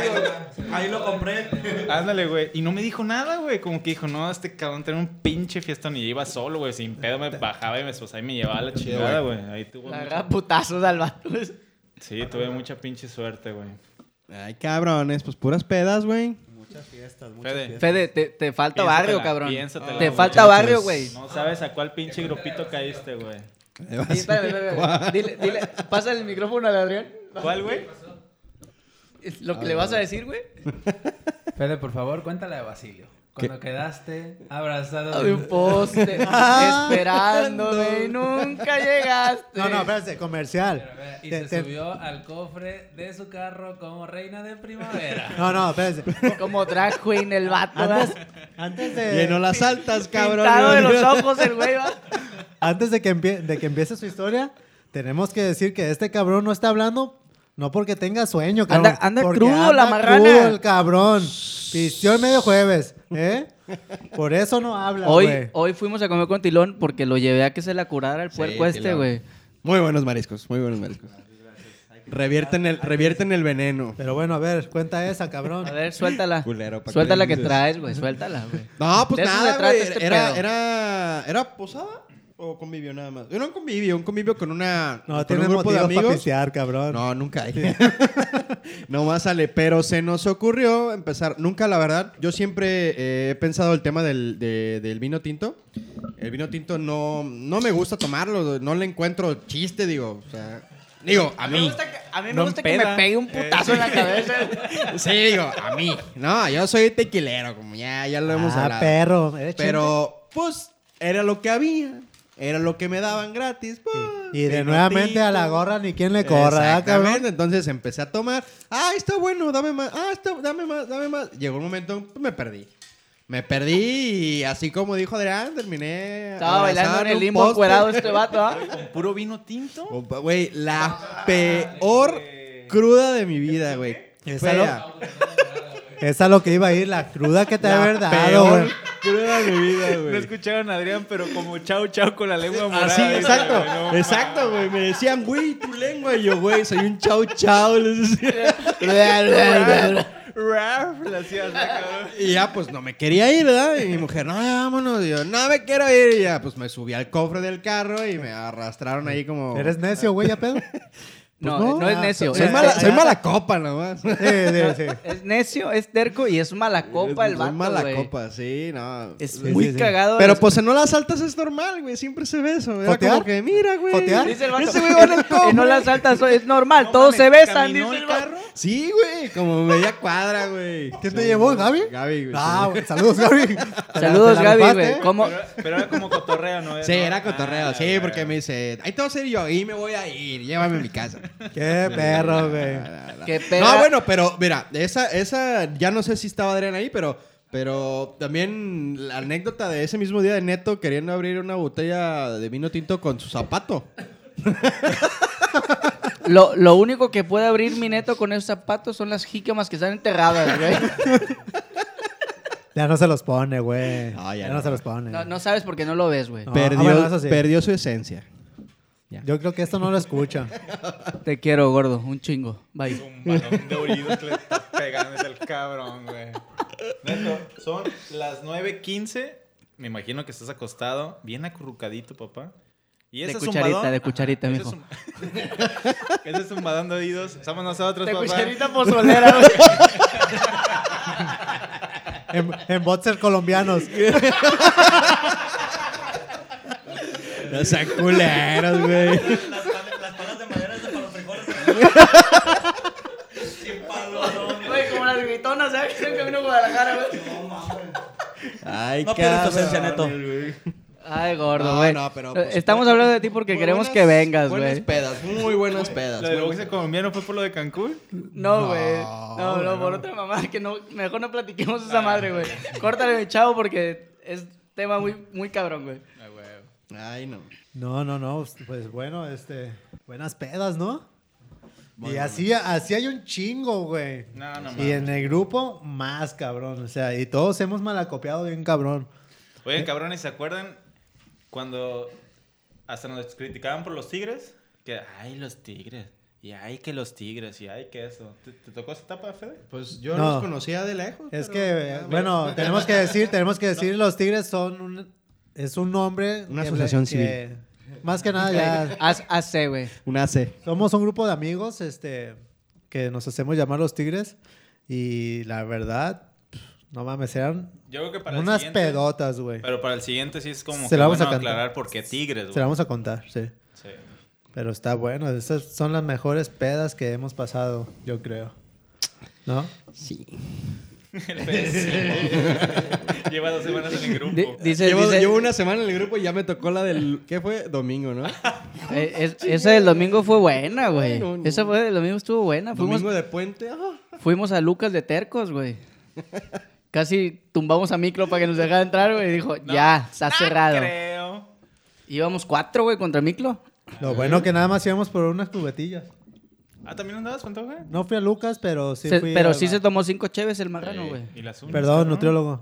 E: Ahí lo compré.
C: Ándale, güey. Y no me dijo nada, güey. Como que dijo, no, este cabrón tenía un pinche fiestón y yo iba solo, güey. Sin pedo me bajaba y me esposaba y me llevaba a la chingada, güey. Ahí tuve
A: La
C: mucha...
A: verdad, putazos al vato.
C: Sí, tuve mucha pinche suerte, güey.
B: Ay, cabrones, pues puras pedas, güey.
E: Muchas fiestas, muchas
C: Fede.
E: fiestas.
A: Fede, te, te falta
C: Piénsatela,
A: barrio, cabrón.
C: piénsatela,
A: te
C: güey.
A: falta barrio, güey.
C: No sabes a cuál pinche grupito caíste, güey.
A: Sí, espérame, espérame, espérame. Dile, dile, pasa el micrófono al Adrián.
C: ¿Cuál, güey?
A: Lo que le vas a decir, güey.
F: Fede, por favor, cuéntala de Basilio. Cuando quedaste abrazado
A: De un poste, Ah. esperándome y nunca llegaste.
D: No, no, espérate, comercial.
F: y
D: Te-
F: se
D: te-
F: subió al cofre de su carro como reina de primavera.
D: No, no, espérate.
A: Como drag queen el vato,
D: Antes,
A: ¿verdad?
D: antes de.
B: Llenó las altas, cabrón.
A: Pintado de los ojos el güey, ¿va?
D: Antes de que, empie- de que empiece su historia, tenemos que decir que este cabrón no está hablando no porque tenga sueño, cabrón.
A: Anda- anda
D: porque
A: crudo la marrana.
D: crudo el cabrón. Pistió el medio jueves, ¿eh? Por eso no habla,
A: Hoy,
D: güey.
A: hoy fuimos a comer con Tilón porque lo llevé a que se la curara el puerco este,
B: Tilón.
A: güey.
B: Muy buenos mariscos, muy buenos mariscos. Revierten el, revierten el veneno.
D: Pero bueno, a ver, cuenta esa, cabrón.
A: A ver, suéltala.
B: Culero, ¿pa' qué
A: suéltala
B: le
A: que
B: dices?
A: traes, güey. Suéltala, güey.
B: No, pues
A: De eso se
B: nada,
A: trata
B: güey.
A: este
B: era,
A: pedo.
B: era, ¿Era posada o convivio nada más? Era un convivio, un convivio con una.
D: No,
B: con
D: tiene
B: un grupo
D: motivos
B: de
D: para
B: amigos.
D: pistear, cabrón.
B: No, nunca hay. Nomás sale. Pero se nos ocurrió empezar. Nunca, la verdad, yo siempre eh, he pensado el tema del, de- del vino tinto. El vino tinto no, no me gusta tomarlo. No le encuentro chiste, digo. o sea, digo, a mí.
A: a mí me
C: No
A: gusta que me
C: empeda.
A: pegue un putazo en la cabeza.
B: Sí, digo, a mí. No, yo soy tequilero, como ya, ya lo hemos
D: ah,
B: hablado.
D: perro. eres
B: Pero, pues, era lo que había. Era lo que me daban gratis. pues,
D: chingón. Y de
B: vino
D: nuevamente a la
B: tinto.
D: gorra ni quien le corra, ¿verdad,
B: Exactamente,
D: cabrón.
B: entonces empecé a tomar. Ah, está bueno, dame más. Ah, está, dame más, dame más. Llegó un momento, pues, me perdí. Me perdí y así como dijo Adrián, terminé.
A: Estaba bailando
B: abrazado un Pues
A: en el limbo
B: poste.
A: encuerado este vato, ¿ah?
C: ¿Con puro vino tinto?
B: Compa- Güey, la peor cruda de mi vida, güey.
D: Esa
B: Fea.
D: Esa es lo que iba a ir, la cruda que te
B: La
D: había dado,
B: peor
D: güey.
B: cruda de mi vida,
C: No
B: güey.
C: escucharon a Adrián, pero como chau chau con la lengua morada.
B: Así,
C: dice,
B: exacto.
C: güey, no
B: exacto, güey. Me decían, güey, tu lengua. Y yo, güey, soy un chau chau. Les decía.
C: Raf, la hacías, ¿no, cabrón?
B: Y ya, pues no me quería ir, ¿verdad? Y mi mujer, no, ya, vámonos. Y yo, no me quiero ir. Y ya, pues me subí al cofre del carro y me arrastraron ahí como. pues,
D: Eres necio, güey, ya pedo.
A: No,
D: no,
A: no es
D: ah,
A: necio.
B: Soy
A: es-
B: mala,
A: es-
B: soy mala copa, nomás.
D: Sí, sí, sí.
A: Es necio, es terco y es mala copa el
B: Soy
A: vato,
B: mala
A: güey.
B: copa, sí, no.
A: Es
D: Sí,
A: muy
D: sí, sí.
A: cagado.
B: Pero
A: Es-
B: pues en no las altas es normal, güey. Siempre se ve eso. Era
D: ¿Jotear?
B: como que, mira, güey.
D: ¿Jotear?
A: Dice el vato,
B: Ese güey va en el
A: "Y no
B: cofre".
A: las altas, es normal,
C: No
A: Ah, todos
C: mames,
A: se besan,
C: ¿caminó
A: dice el
C: el
A: vato.
C: carro?
B: Sí, güey. Como media cuadra, güey.
D: ¿Quién
B: Sí,
D: te llevó, Gaby?
B: Gaby, güey.
D: Ah, güey, saludos, Gaby. Te la- te
A: Saludos,
D: la
A: Gaby,
D: rifaste,
A: güey.
D: ¿eh?
A: ¿Cómo?
C: Pero, pero era como cotorreo, ¿no?
B: Sí,
C: ¿No?
B: era cotorreo,
C: Ah,
B: sí,
C: güey,
B: porque
C: güey.
B: me dice, ahí te vas a ir yo, ahí me voy a ir, llévame a mi casa.
D: Qué perro, güey.
A: Qué peda.
B: No, bueno, pero mira, esa, esa, ya no sé si estaba Adrián ahí, pero, pero también la anécdota de ese mismo día de Neto queriendo abrir una botella de vino tinto con su zapato.
D: Ah,
A: Lo, lo único que puede abrir mi neto con esos zapatos son las jícamas que están enterradas, güey.
D: Ya no se los pone, güey.
B: No, ya
D: ya,
B: no.
D: no se los pone.
A: No, no sabes porque no lo ves, güey.
D: No.
B: perdió,
D: ah, bueno, eso sí.
B: perdió su esencia.
D: Yo creo que esto no lo escucha.
A: Te quiero, gordo. Un chingo. Bye.
C: Un balón de oídos que le está pegando es el cabrón, güey. Neto, son las 9.15. Me imagino que estás acostado, bien acurrucadito, papá. Y
A: De
C: ese
A: cucharita,
C: zumbadón-
A: de cucharita,
C: Ajá,
A: mijo.
C: Ese, es zumbadón de oídos. Somos nosotros,
A: Te
C: papá.
A: cucharita pozolera, güey.
D: En, en boxer colombianos.
B: No sean culeros, güey.
E: Las, pan- las palas de madera es de para los frijoles. Sin palo, no, no.
A: Güey, como las gritonas, ¿sabes? En camino a Guadalajara, güey.
B: Ay,
E: No pierdas tu
B: cabrón,
E: esencia, Neto.
B: güey.
A: Ay, gordo,
B: No,
A: güey. Eh,
B: no, pero, pues,
A: Estamos hablando de ti porque
B: Muy
A: queremos
B: buenas-
A: que vengas,
B: Buenas
A: güey.
B: pedas, muy buenas pedas.
C: Lo del
B: muy
C: boxeo colombiano fue por lo de Cancún.
A: No, güey. No, no, por otra mamá que no, mejor no platiquemos esa madre, güey. Córtale, mi chavo, porque es tema muy, muy cabrón, Ah, güey.
B: buenas- Ay, no.
D: No, no, no. Pues bueno, este. Buenas pedas, ¿no? y así, así hay un chingo, güey.
C: No, no
D: y
C: mames.
D: en el grupo, más cabrón. O sea, y todos hemos malacopiado bien cabrón. ¿Eh?
C: Oigan, cabrones, ¿se acuerdan cuando hasta nos criticaban por los tigres, que ay, los tigres, y ay, que los tigres, y ay, que eso. ¿Te, te tocó esa etapa, Fede?
B: Pues yo
D: No.
B: los conocía de lejos.
D: Es
B: pero-
D: que, eh,
B: Ah,
D: bueno, tenemos que decir, tenemos que decir, los Tigres son un, es un nombre.
B: Una
D: que-
B: asociación
D: que- Más que nada, ya
A: Haz, hace, güey.
B: Un AC.
D: somos un grupo de amigos, este, que nos hacemos llamar los Tigres y la verdad, pf, no mames, eran
C: Yo creo que para
D: unas
C: el siguiente.
D: pedotas, güey.
C: Pero para el siguiente sí es como
D: Se
C: que
D: la vamos
C: bueno
D: a cantar.
C: aclarar por qué tigres,
D: Se la
C: güey.
D: vamos a contar, sí.
C: Sí.
D: Pero está bueno, esas son las mejores pedas que hemos pasado, yo creo. ¿No?
B: Sí.
C: El Fede sí. Lleva dos semanas en el grupo.
A: Di- dice,
B: Llevo,
A: dice-
B: llevo una semana en el grupo y ya me tocó la del. ¿Qué fue? Domingo, ¿no?
A: eh, es- esa del domingo fue buena, güey.
B: Ay, no, no.
A: Esa fue del domingo estuvo buena. Fuimos,
B: Domingo de puente. ah.
A: fuimos a Lucas de Tercos, güey. Casi tumbamos a micro para que nos dejara entrar, güey. Y dijo, ya, está cerrado.
C: Creo.
A: Íbamos cuatro, güey, contra micro.
D: Lo bueno que nada más íbamos por unas cubetillas.
C: Ah, ¿también andabas con güey?
D: No fui a Lucas, pero sí
A: Se-
D: fui
A: pero
D: al
A: sí
D: bar.
A: se tomó cinco cheves el marrano, güey.
C: Y las uñas,
D: Perdón,
C: cabrón.
D: nutriólogo.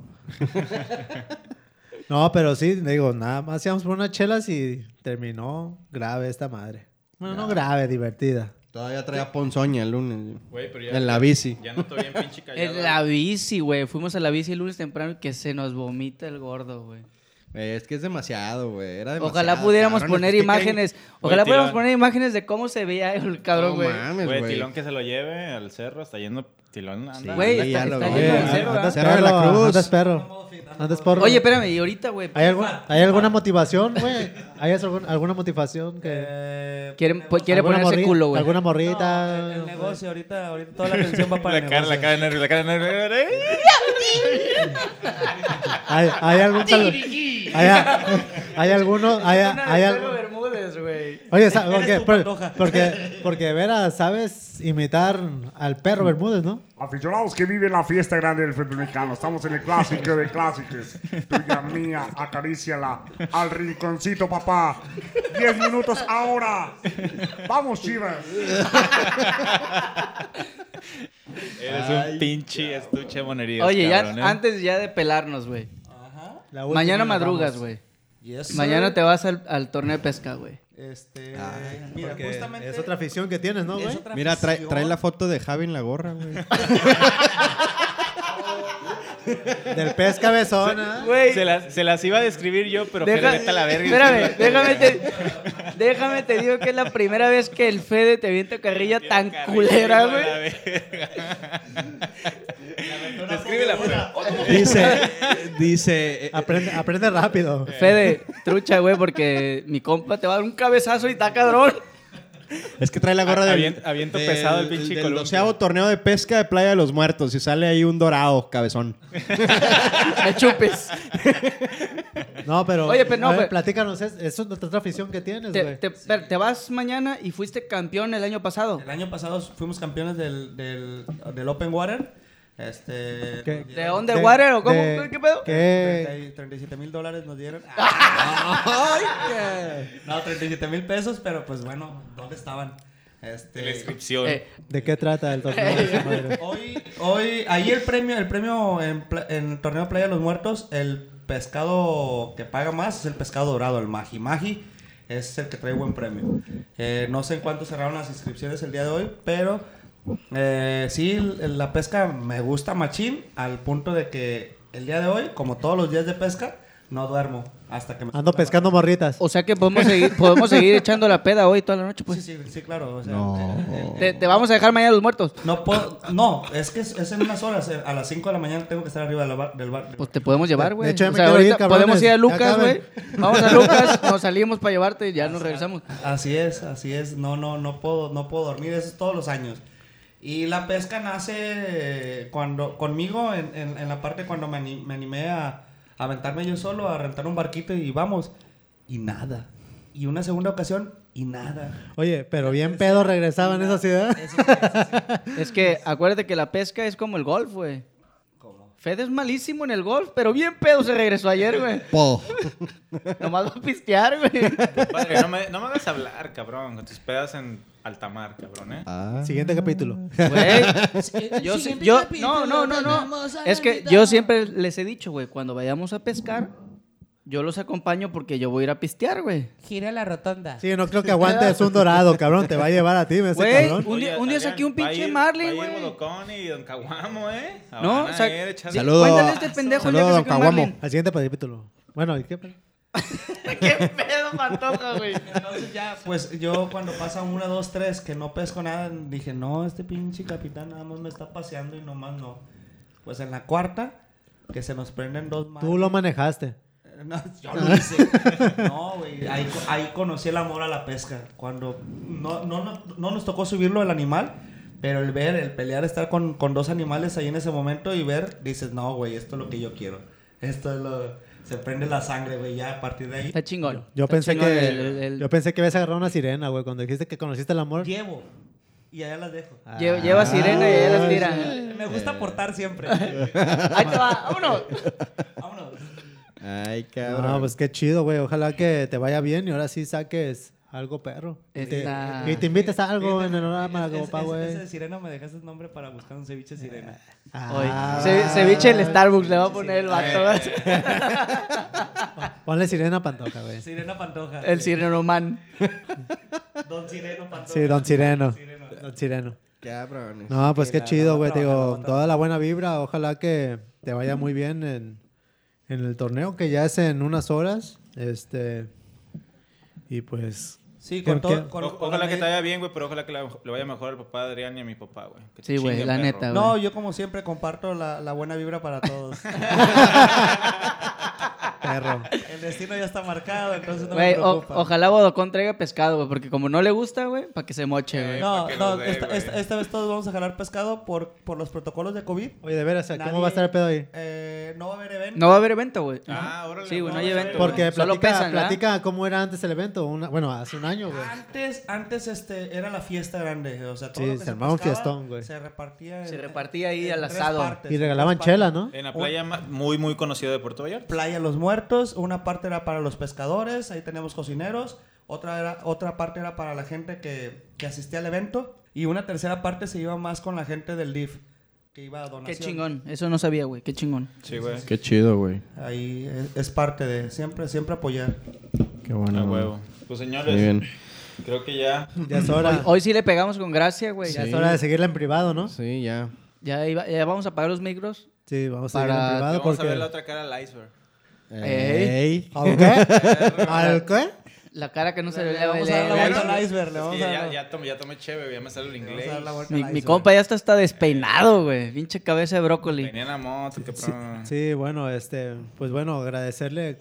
D: no, pero sí, digo, nada más íbamos por unas chelas y terminó grave esta madre. Bueno, no grave, divertida.
B: Todavía traía ponzoña el lunes. yo.
C: Güey, pero ya,
B: En la bici.
C: ya no estoy bien pinche callado.
A: En la bici, güey. Fuimos a la bici el lunes temprano y que se nos vomita el gordo, güey.
B: Eh, es que es demasiado, güey. Era
A: Ojalá
B: demasiado,
A: pudiéramos
B: cabrón,
A: poner
B: es que caen-
A: imágenes. Ojalá
C: Güey,
A: pudiéramos
C: tirón.
A: poner imágenes de cómo se veía el cabrón,
B: No
A: güey.
B: mames,
C: Güey,
B: güey.
C: Tilón que se lo lleve al cerro, está yendo Tilón. Anda,
B: Sí,
A: Güey, está-
C: anda
B: ya lo
A: está
B: vi.
A: lleno de
B: Ah,
A: cerro,
B: anda
A: ¿verdad?
D: Andas
B: Cerro de
D: perro,
B: la Cruz.
D: andas perro. Andas porro.
A: Oye, espérame, y ahorita, güey.
D: ¿Hay, algún- ¿Hay alguna motivación, güey? ¿Hay algún- alguna motivación que...
E: Eh,
A: Quiere,
E: el
A: po- quiere
D: alguna
A: ponerse
D: morri-
A: culo, güey.
D: ¿Alguna morrita?
E: No, el, el negocio, ahorita, ahorita toda la atención va para
C: La
E: el
C: cara, la
E: negocio.
C: cara de nervio, la cara de nervio. ¿eh? ¡Ey!
D: ¿Hay, hay algún tal- ¿Hay, hay alguno? ¿Hay, hay algo-
A: Bermúdez, güey.
D: Oye, sa- porque,
E: tu
D: por-
E: Pantoja.
D: porque, porque, Vera, sabes imitar al perro Bermúdez, ¿no?
G: Aficionados que viven la fiesta grande del fútbol mexicano, estamos en el clásico de clásicos. Tuya mía, acaríciala al rinconcito, papá. Diez minutos ahora. Vamos, Chivas.
C: Eres un pinche estuche monerío.
A: Oye, ya,
C: cabrón, ¿eh?
A: antes ya de pelarnos, güey.
D: La última
A: Mañana
D: nos
A: madrugas,
D: vamos.
A: güey.
E: Yes, sir.
A: Mañana te vas al, al torneo de pesca, güey.
E: Este, mira,
D: Porque
E: justamente
D: es otra afición que tienes, ¿no, güey?
B: Mira, trae,
E: afición.
B: trae la foto de Javi en la gorra, güey.
D: Del pez cabezón, ¿ah?
C: Se las, se las iba a describir yo, pero
A: Deja-
C: Fede, vete a la verga.
A: Espérame, déjame te, déjame te digo que es la primera vez que el Fede te vienta carrilla tan culera, güey.
C: Describe la foto.
B: Dice, dice, eh, eh,
D: Aprende, aprende rápido.
C: eh,
A: Fede, trucha, güey, porque mi compa te va a dar un cabezazo y está cabrón.
B: es que trae la gorra
C: A-
B: del,
C: avien- aviento pesado el pinche
B: del
C: columpio.
B: doceavo torneo de pesca de Playa de los Muertos y sale ahí un dorado cabezón.
A: Me chupes.
D: No, pero.
A: Oye, pero no,
D: a ver,
A: pero-
D: platícanos, es, es otra afición que tienes,
A: Te,
D: güey.
A: te- per- te vas mañana y fuiste campeón el año pasado.
E: El año pasado fuimos campeones del, del, del Open Water. Este,
D: ¿Qué?
A: ¿De
E: nos dieron
A: Underwater o cómo?
D: de-
A: ¿Qué pedo?
D: ¿Qué?
E: 30 y- 37 mil dólares nos dieron. No, 37 mil pesos, pero pues bueno, ¿dónde estaban?
C: La
E: Este,
C: inscripción.
A: Eh,
D: ¿De qué trata el torneo? de esa madre?
E: hoy, hoy, ahí el premio, el premio en, pla- en el torneo Playa de los Muertos, el pescado que paga más es el pescado dorado, el Magi Magi. Es el que trae buen premio. Eh, no sé en cuánto cerraron las inscripciones el día de hoy, pero eh, sí, l- la pesca me gusta machín al punto de que el día de hoy, como todos los días de pesca, no duermo hasta que me...
D: Ando pescando morritas.
A: o sea que podemos seguir, podemos seguir echando la peda hoy toda la noche,
E: Sí,
A: pues.
E: sí, sí, claro. o sea,
A: Te, te vamos a dejar mañana los muertos.
E: No puedo, no, es que es, es en unas horas, eh, a las 5 de la mañana tengo que estar arriba del bar. Del bar.
A: Pues te podemos llevar,
D: De-
A: güey.
D: de hecho, ya
A: O
D: me
A: sea,
D: quiero ir,
A: ahorita
D: cabrones.
A: podemos ir a Lucas,
D: Ya
A: güey. Vamos a Lucas, nos salimos para llevarte y ya nos regresamos.
E: Así es, así es, no, no, no puedo, no puedo dormir, eso es todos los años. Y la pesca nace eh, cuando, conmigo en, en- en la parte cuando me, ani- me animé a, a aventarme yo solo, a rentar un barquito y vamos, y nada. Y una segunda ocasión, y nada.
D: Oye, pero bien pedo regresaban a esa
A: Eh,
D: ciudad.
E: Eso sí, eso sí.
A: Es que acuérdate que la pesca es como el golf, güey. Fede es malísimo en el golf, pero bien pedo se regresó ayer, güey.
B: Po.
A: Nomás va a pistear, güey.
C: Pues, Padre, no me, no me hagas hablar, cabrón, con tus pedas en Altamar, cabrón, ¿eh?
B: Ah.
D: Siguiente capítulo.
A: Ah. Güey, yo, sí- yo- no, no, no, no. Es que yo siempre les he dicho, güey, cuando vayamos a pescar, yo los acompaño porque yo voy a ir a pistear, güey.
H: Gira la rotonda.
D: Sí, no creo que aguantes un dorado, cabrón. Te va a llevar a ti, ese
A: Güey,
D: cabrón.
A: Un día- un día saqué un
C: va a
A: pinche
C: ir-
A: Marley,
C: va a ir
A: güey.
C: Bodocón y Don Caguamo, ¿eh?
A: No,
C: Van a
A: sa-
C: ir a echar-
A: sí,
B: Saludo
A: cuéntale
B: a-
A: a este pendejo el
B: saludo
A: día
B: a
A: que
B: Don
A: sacó
B: Caguamo.
A: Marlin.
D: Al siguiente capítulo. Bueno, ¿y qué?
A: ¿Qué pedo, patoja, güey?
E: Entonces ya, pues yo cuando pasa una, dos, tres, que no pesco nada, dije, no, este pinche capitán nada más me está paseando y nomás no. Pues en la cuarta, que se nos prenden dos más.
D: Tú lo manejaste.
E: Eh, No, yo lo hice. No, güey. Ahí, co- ahí conocí el amor a la pesca. Cuando no, no, no, no nos tocó subirlo el animal, pero el ver, el pelear, estar con, con dos animales ahí en ese momento y ver, dices, no, güey, esto es lo que yo quiero. Esto es lo. Se prende la sangre, güey, ya a partir de ahí.
A: Está chingón.
D: Yo
A: Está
D: pensé
A: chingón
D: que
A: el- el- el-
D: yo pensé que habías agarrado una sirena, güey, cuando dijiste que conociste el amor.
E: Llevo. Y allá las dejo.
A: Lle- Lleva sirena y ella las tira.
E: Me gusta
C: Eh.
E: aportar siempre.
A: Ahí te va, vámonos.
E: Vámonos.
B: Ay, cabrón.
D: No, pues qué chido, güey. Ojalá que te vaya bien y ahora sí saques algo perro. Y te,
A: Esta-
D: y te invites a algo en el programa,
E: Ese-
D: como pa,
E: ese-
D: güey.
E: Ese de sirena me dejaste el nombre para buscar un ceviche sirena.
C: Eh.
A: Hoy.
D: Ah.
A: Ce- ceviche en el Starbucks le va a poner el vato.
D: Ponle sirena a pantoja, güey.
E: Sirena Pantoja.
A: El sireno man.
E: Don Sireno Pantoja.
D: Sí, don Sireno. Don Sireno.
B: Cabrones.
D: No, pues qué chido, güey. Te Digo,
E: trabajando.
D: toda la buena vibra. Ojalá que te vaya muy bien en, en el torneo, que ya es en unas horas. Este. Y pues.
E: Sí, con
D: Porque-
E: todo. con-
C: O-
E: con
C: ojalá
E: la
C: que te
E: med-
C: vaya bien, güey, pero ojalá que la- le vaya mejor al papá de Adrián y a mi papá, güey. Que te
A: Sí, güey,
C: chinguen,
A: la
C: perro.
A: neta, güey.
E: No, yo como siempre comparto la, la buena vibra para todos.
D: Perro.
E: El destino ya está marcado, entonces no me
A: Güey, o-
E: preocupa.
A: ojalá Bodocón traiga pescado, güey, porque como no le gusta, güey, para que se moche, güey.
E: No,
C: Pa' que
E: no,
C: nos dé,
E: esta,
C: güey.
E: esta- esta vez todos vamos a jalar pescado por, por los protocolos de COVID.
D: Oye, de veras, ¿cómo
E: Nadie-
D: va a estar el pedo ahí?
E: Eh, no va a haber evento.
A: No va a haber evento, güey.
C: Ah, órale,
A: Sí, güey, no
C: no,
A: hay
C: no,
A: evento.
D: Porque
A: güey. Solo
D: platica,
A: pesan, ¿verdad?
D: platica cómo era antes el evento. una- bueno, hace un año, güey.
E: Antes, antes este, era la fiesta grande. O sea, todo
D: Sí,
E: lo que
D: se
E: se,
D: armaba un
E: pescaba
D: fiestón, güey.
E: Se repartía. en-
A: Se repartía ahí
E: en
A: al
E: tres
A: asado.
E: partes,
D: Y
E: en
D: regalaban
E: tres
D: chela,
E: partes.
D: ¿no?
C: En la playa ma- muy, muy conocida de Puerto Vallarta.
E: Playa Los Muertos, una parte era para los pescadores, ahí tenemos cocineros, otra, era, otra parte era para la gente que, que asistía al evento y una tercera parte se iba más con la gente del DIF, que iba a donación.
A: Qué chingón. Eso no sabía, güey. Qué chingón.
C: Sí, güey.
B: Qué chido, güey.
E: Ahí es, es parte de siempre, siempre apoyar.
B: Qué bueno.
C: A huevo. Pues señores,
B: Muy bien.
C: creo que ya.
D: Ya es hora.
A: Hoy sí le pegamos con gracia, güey.
D: Ya
A: Ya,
D: es hora de seguirla en privado, ¿no?
B: Sí, ya.
A: ya, iba- ya vamos a apagar los micros.
D: Sí, vamos a
A: Para-
D: seguirla en
C: ya
D: privado
C: vamos a ver la
D: porque.
C: otra cara al iceberg.
A: Ey.
D: ¿Al qué? ¿Al qué?
A: La cara que no se ve.
E: le vamos a dar la
A: güey.
E: vuelta al iceberg, le
C: Es
E: vamos
C: que
E: a
C: ya,
E: dar-
C: ya tomé, ya tomé chévere, ya me sale el
E: Vamos a
C: inglés.
E: dar la vuelta
A: Mi,
E: al
A: mi
E: iceberg.
A: compa ya está hasta despeinado, güey. Pinche cabeza de brócoli.
C: Venía en la moto, qué pro-
D: Sí, bueno, este, pues bueno, agradecerle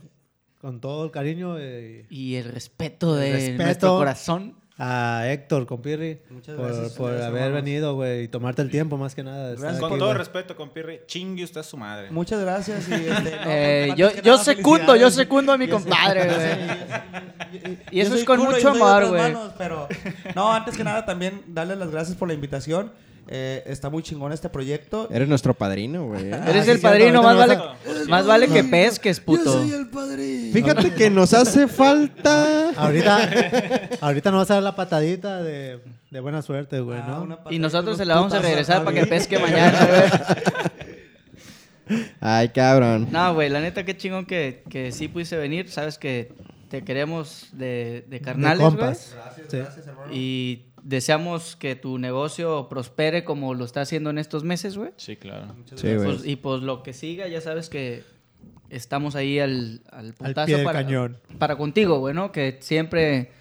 D: con todo el cariño eh,
A: Y el respeto de
D: El respeto.
A: nuestro corazón.
D: a Héctor Compirri
E: Muchas
D: por,
E: gracias,
D: por
E: señores
D: haber
E: hermanos.
D: venido, güey, y tomarte el tiempo más que nada. de estar
E: Gracias.
D: aquí,
C: Con todo
D: güey.
C: respeto, compirri, chingue usted a su madre.
E: Muchas gracias. Y, este, no,
A: Eh,
E: antes
A: yo
E: que
A: yo
E: nada,
A: secundo, yo
E: felicidades.
A: secundo a mi
E: Yo sé-
A: compadre,
E: yo sé-
A: güey.
E: yo sé- yo-
A: Y
E: yo
A: eso es
E: soy
A: con
E: culo,
A: mucho
E: yo soy de
A: amor,
E: otras
A: güey.
E: manos, Pero no, antes que nada también darles las gracias por la invitación. Eh, está muy chingón este proyecto.
D: Eh,
B: Eres nuestro padrino, güey. ¿eh?
A: Eres
D: Ah, sí,
A: el
D: cierto,
A: padrino,
D: ahorita
A: más
D: no
A: vale,
D: vas
A: más vale que pesques, puto.
B: Fíjate que nos hace falta.
D: Ahorita, ahorita nos vas a dar la patadita de, de buena suerte, güey,
E: Ah,
D: ¿no?
E: una patadita,
A: Y nosotros
E: unos
A: se la vamos a
E: putazos
A: regresar para que
E: mí.
A: pesque mañana, güey.
B: Ay, cabrón.
A: No, güey, la neta, qué chingón que, que sí pudiste venir. Sabes que te queremos de, de carnales,
D: De
A: güey.
D: compas. Sí.
A: Y deseamos que tu negocio prospere como lo está haciendo en estos meses, güey.
C: Sí, claro.
B: Sí, güey.
A: Pues- y pues lo que siga, ya sabes que estamos ahí al, al puntazo
D: pie del
A: para,
D: cañón.
A: para contigo, güey, ¿no? Que siempre,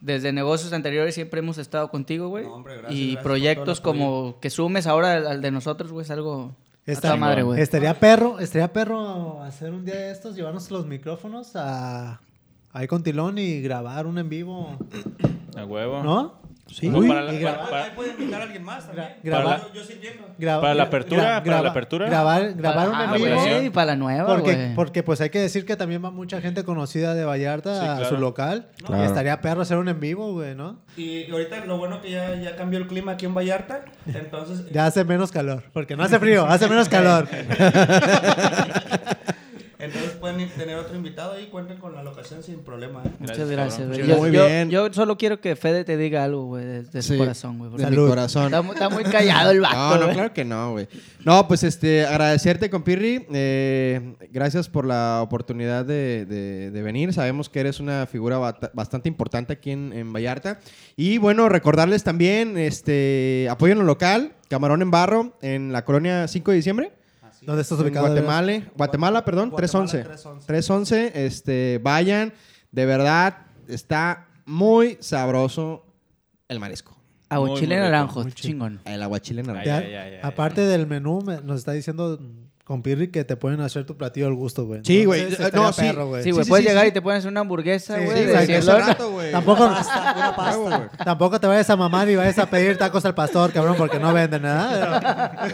A: desde negocios anteriores, siempre hemos estado contigo, güey.
E: No, hombre, gracias,
A: y
E: gracias por
A: proyectos
E: todo el apoyo.
A: como que sumes ahora al, al de nosotros, güey, es algo... a
D: Está-
A: toda madre, güey.
D: Estaría perro, estaría perro hacer un día de estos, llevarnos los micrófonos a ahí con Tilón y grabar un en vivo,
C: A huevo.
D: ¿no?
B: Sí.
C: No, para, la,
D: y grabar.
C: para-
E: Ahí
C: para-
E: pueden invitar a alguien más también.
D: Grabar.
E: Yo, yo sirviendo.
D: Gra-
C: Para la
D: gra-
C: apertura, para la
D: graba-
C: apertura.
D: Grabar, grabar un
A: Ah,
D: en
C: la
A: güey,
D: vivo.
C: versión.
A: y para la
B: Ah,
A: nueva,
D: Porque,
A: güey.
D: porque pues hay que decir que también va mucha gente conocida de Vallarta
C: Sí,
D: a
C: claro.
D: su local.
B: Claro.
D: Y estaría perro hacer un en vivo, güey, ¿no?
E: Y ahorita lo bueno que ya, ya cambió el clima aquí en Vallarta. Entonces,
D: Ya hace menos calor, porque no hace frío, hace menos calor.
E: entonces pueden tener otro invitado y cuenten con la locación sin problema. ¿eh?
A: Muchas
C: Gracias,
A: gracias,
C: cabrón.
A: güey.
B: Muchas
A: Yo,
B: gracias.
A: yo-
B: Muy bien.
A: yo solo quiero que Fede te diga algo, güey, de, de su
B: Sí.
A: corazón, güey.
B: De
A: porque
B: mi
D: Salud.
B: corazón.
A: Está, mu- está muy callado el vato,
B: No, no,
A: güey.
B: claro que no, güey. No, pues este, agradecerte, compirri. Eh, gracias por la oportunidad de, de- de venir. Sabemos que eres una figura bata- bastante importante aquí en, en Vallarta. Y bueno, recordarles también, este, apoyen lo local, Camarón en Barro, en la colonia 5 de diciembre.
D: ¿Dónde estás
B: En
D: ubicado?
B: Guatemala, Guatemala, perdón,
E: Guatemala,
B: 311. 311, este, vayan. De verdad, está muy sabroso el marisco.
C: Muy,
A: Aguachile
C: muy rico,
A: naranjo,
D: muy chido.
A: chingón.
B: El aguachile naranja.
C: Ay, ay, ay, ay,
D: Aparte del menú, me- nos está diciendo con Pirri que te pueden hacer tu platillo al gusto, güey.
B: Sí, güey.
D: Entonces,
B: Eh,
D: estaría
B: no, sí.
D: perro, güey.
A: Sí, güey,
B: sí,
A: puedes
B: sí,
A: llegar
B: sí.
A: y te pones una hamburguesa,
B: Sí,
A: güey.
B: sí,
A: de
B: güey, que hace
A: cielona.
B: rato, güey.
D: Tampoco,
B: Huevo, güey.
D: tampoco te vayas a mamar y vayas a pedir tacos al pastor, cabrón, porque no venden nada.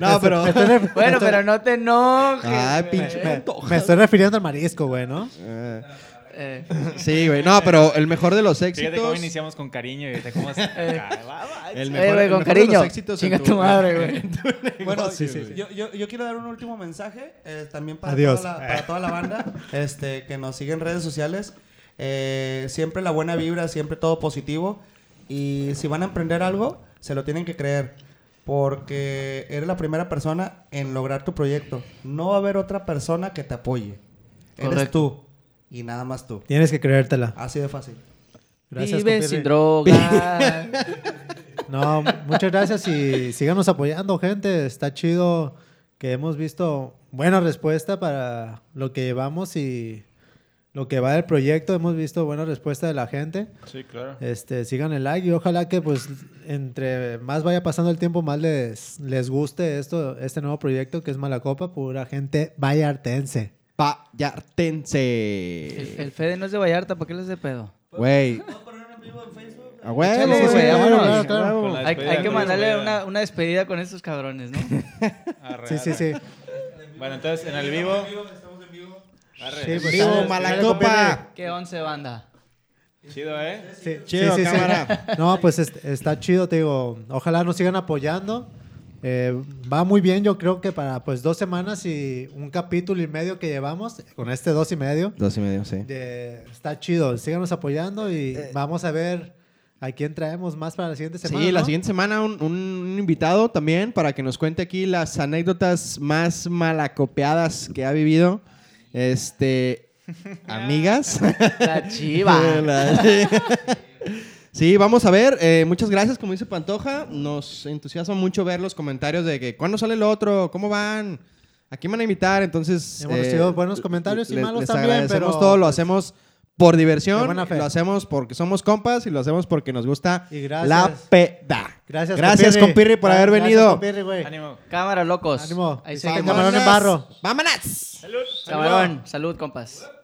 B: No, pero.
D: Me estoy ref- me
A: Bueno,
D: estoy-
A: pero no te enojes.
B: Ay,
A: güey.
B: pinche
D: me,
B: puto.
D: me estoy refiriendo al marisco, güey, ¿no?
B: Eh,
A: Eh,
B: Sí, güey. No, pero el mejor de los
C: Fíjate cómo
B: éxitos.
C: iniciamos con cariño y ahorita cómo se-
B: El
A: eh,
B: mejor,
A: güey,
B: el mejor
A: con
B: de
A: cariño.
B: los éxitos en
A: Chinga tu madre, güey.
B: Bueno, sí,
D: sí,
B: sí.
E: Yo, yo, yo quiero dar un último mensaje eh, también para
D: Adiós.
E: toda, la, para toda la banda este, que nos sigue en redes sociales. Eh, siempre la buena vibra, siempre todo positivo. Y si van a emprender algo, se lo tienen que creer. Porque eres la primera persona en lograr tu proyecto. No va a haber otra persona que te apoye. Eres
A: Correcto.
E: tú. Y nada más tú.
D: Tienes que creértela.
E: Así de fácil.
D: Gracias,
A: Vive
D: compirri.
A: sin drogas.
D: No, muchas gracias y síganos apoyando, gente. Está chido que hemos visto buena respuesta para lo que llevamos y lo que va del proyecto. Hemos visto buena respuesta de la gente.
C: Sí, claro.
D: Este, sigan el like y ojalá que pues entre más vaya pasando el tiempo más les, les guste esto, este nuevo proyecto que es Malacopa, pura gente vallartense.
A: el,
B: Vallartense.
A: el Fede no es de Vallarta, ¿para qué le hace pedo?
B: Güey. A huevo,
A: Sí, sí, sí,
B: güey,
A: vámonos.
B: vámonos.
D: Claro, claro.
B: A
C: Con
B: huevo.
C: la
A: Hay,
C: despedida,
A: hay que
C: con la
A: mandarle
C: despedida.
A: una, una despedida con estos cabrones, ¿no?
C: Arre,
D: Sí, sí,
C: arre.
D: sí.
C: Bueno, entonces en el vivo.
D: Sí,
C: Arre.
D: pues,
B: Vivo,
D: dale,
B: mala
D: dale,
B: copa.
A: Qué once banda.
C: Chido, ¿eh?
D: Sí,
B: Chido,
D: sí, sí, sí.
B: cámara.
D: No, pues es- está chido, te digo. Ojalá nos sigan apoyando. Eh, va muy bien, yo creo que para pues dos semanas y un capítulo y medio que llevamos, con este dos y medio,
B: Dos y medio, sí.
D: de- está chido. Síganos apoyando y vamos a ver a quién traemos más para la siguiente semana.
B: Eh, Sí, la
D: ¿no?
B: siguiente semana un, un invitado también para que nos cuente aquí las anécdotas más malacopeadas que ha vivido. Este. Amigas.
A: La chiva.
B: Sí, vamos a ver. Eh, muchas gracias, como dice Pantoja. Nos entusiasma mucho ver los comentarios de que cuándo sale el otro, cómo van, a quién van a invitar. Entonces, eh,
D: Hemos recibido buenos comentarios y malos
B: les
D: también,
B: agradecemos
D: pero,
B: todo. Lo
D: pues,
B: hacemos por
D: de
B: diversión,
D: buena fe.
B: lo hacemos porque somos compas y lo hacemos porque nos gusta
D: Y gracias.
B: la peda.
D: Gracias,
B: gracias
D: compirri.
B: compirri, por haber
D: Gracias,
B: venido.
D: compirri, güey.
C: Ánimo.
A: Cámara, locos.
D: Ánimo.
A: Ahí se
D: Vicente
A: camarón.
D: Camarón en barro.
B: ¡Vámonas!
A: Camarón, salud, compas.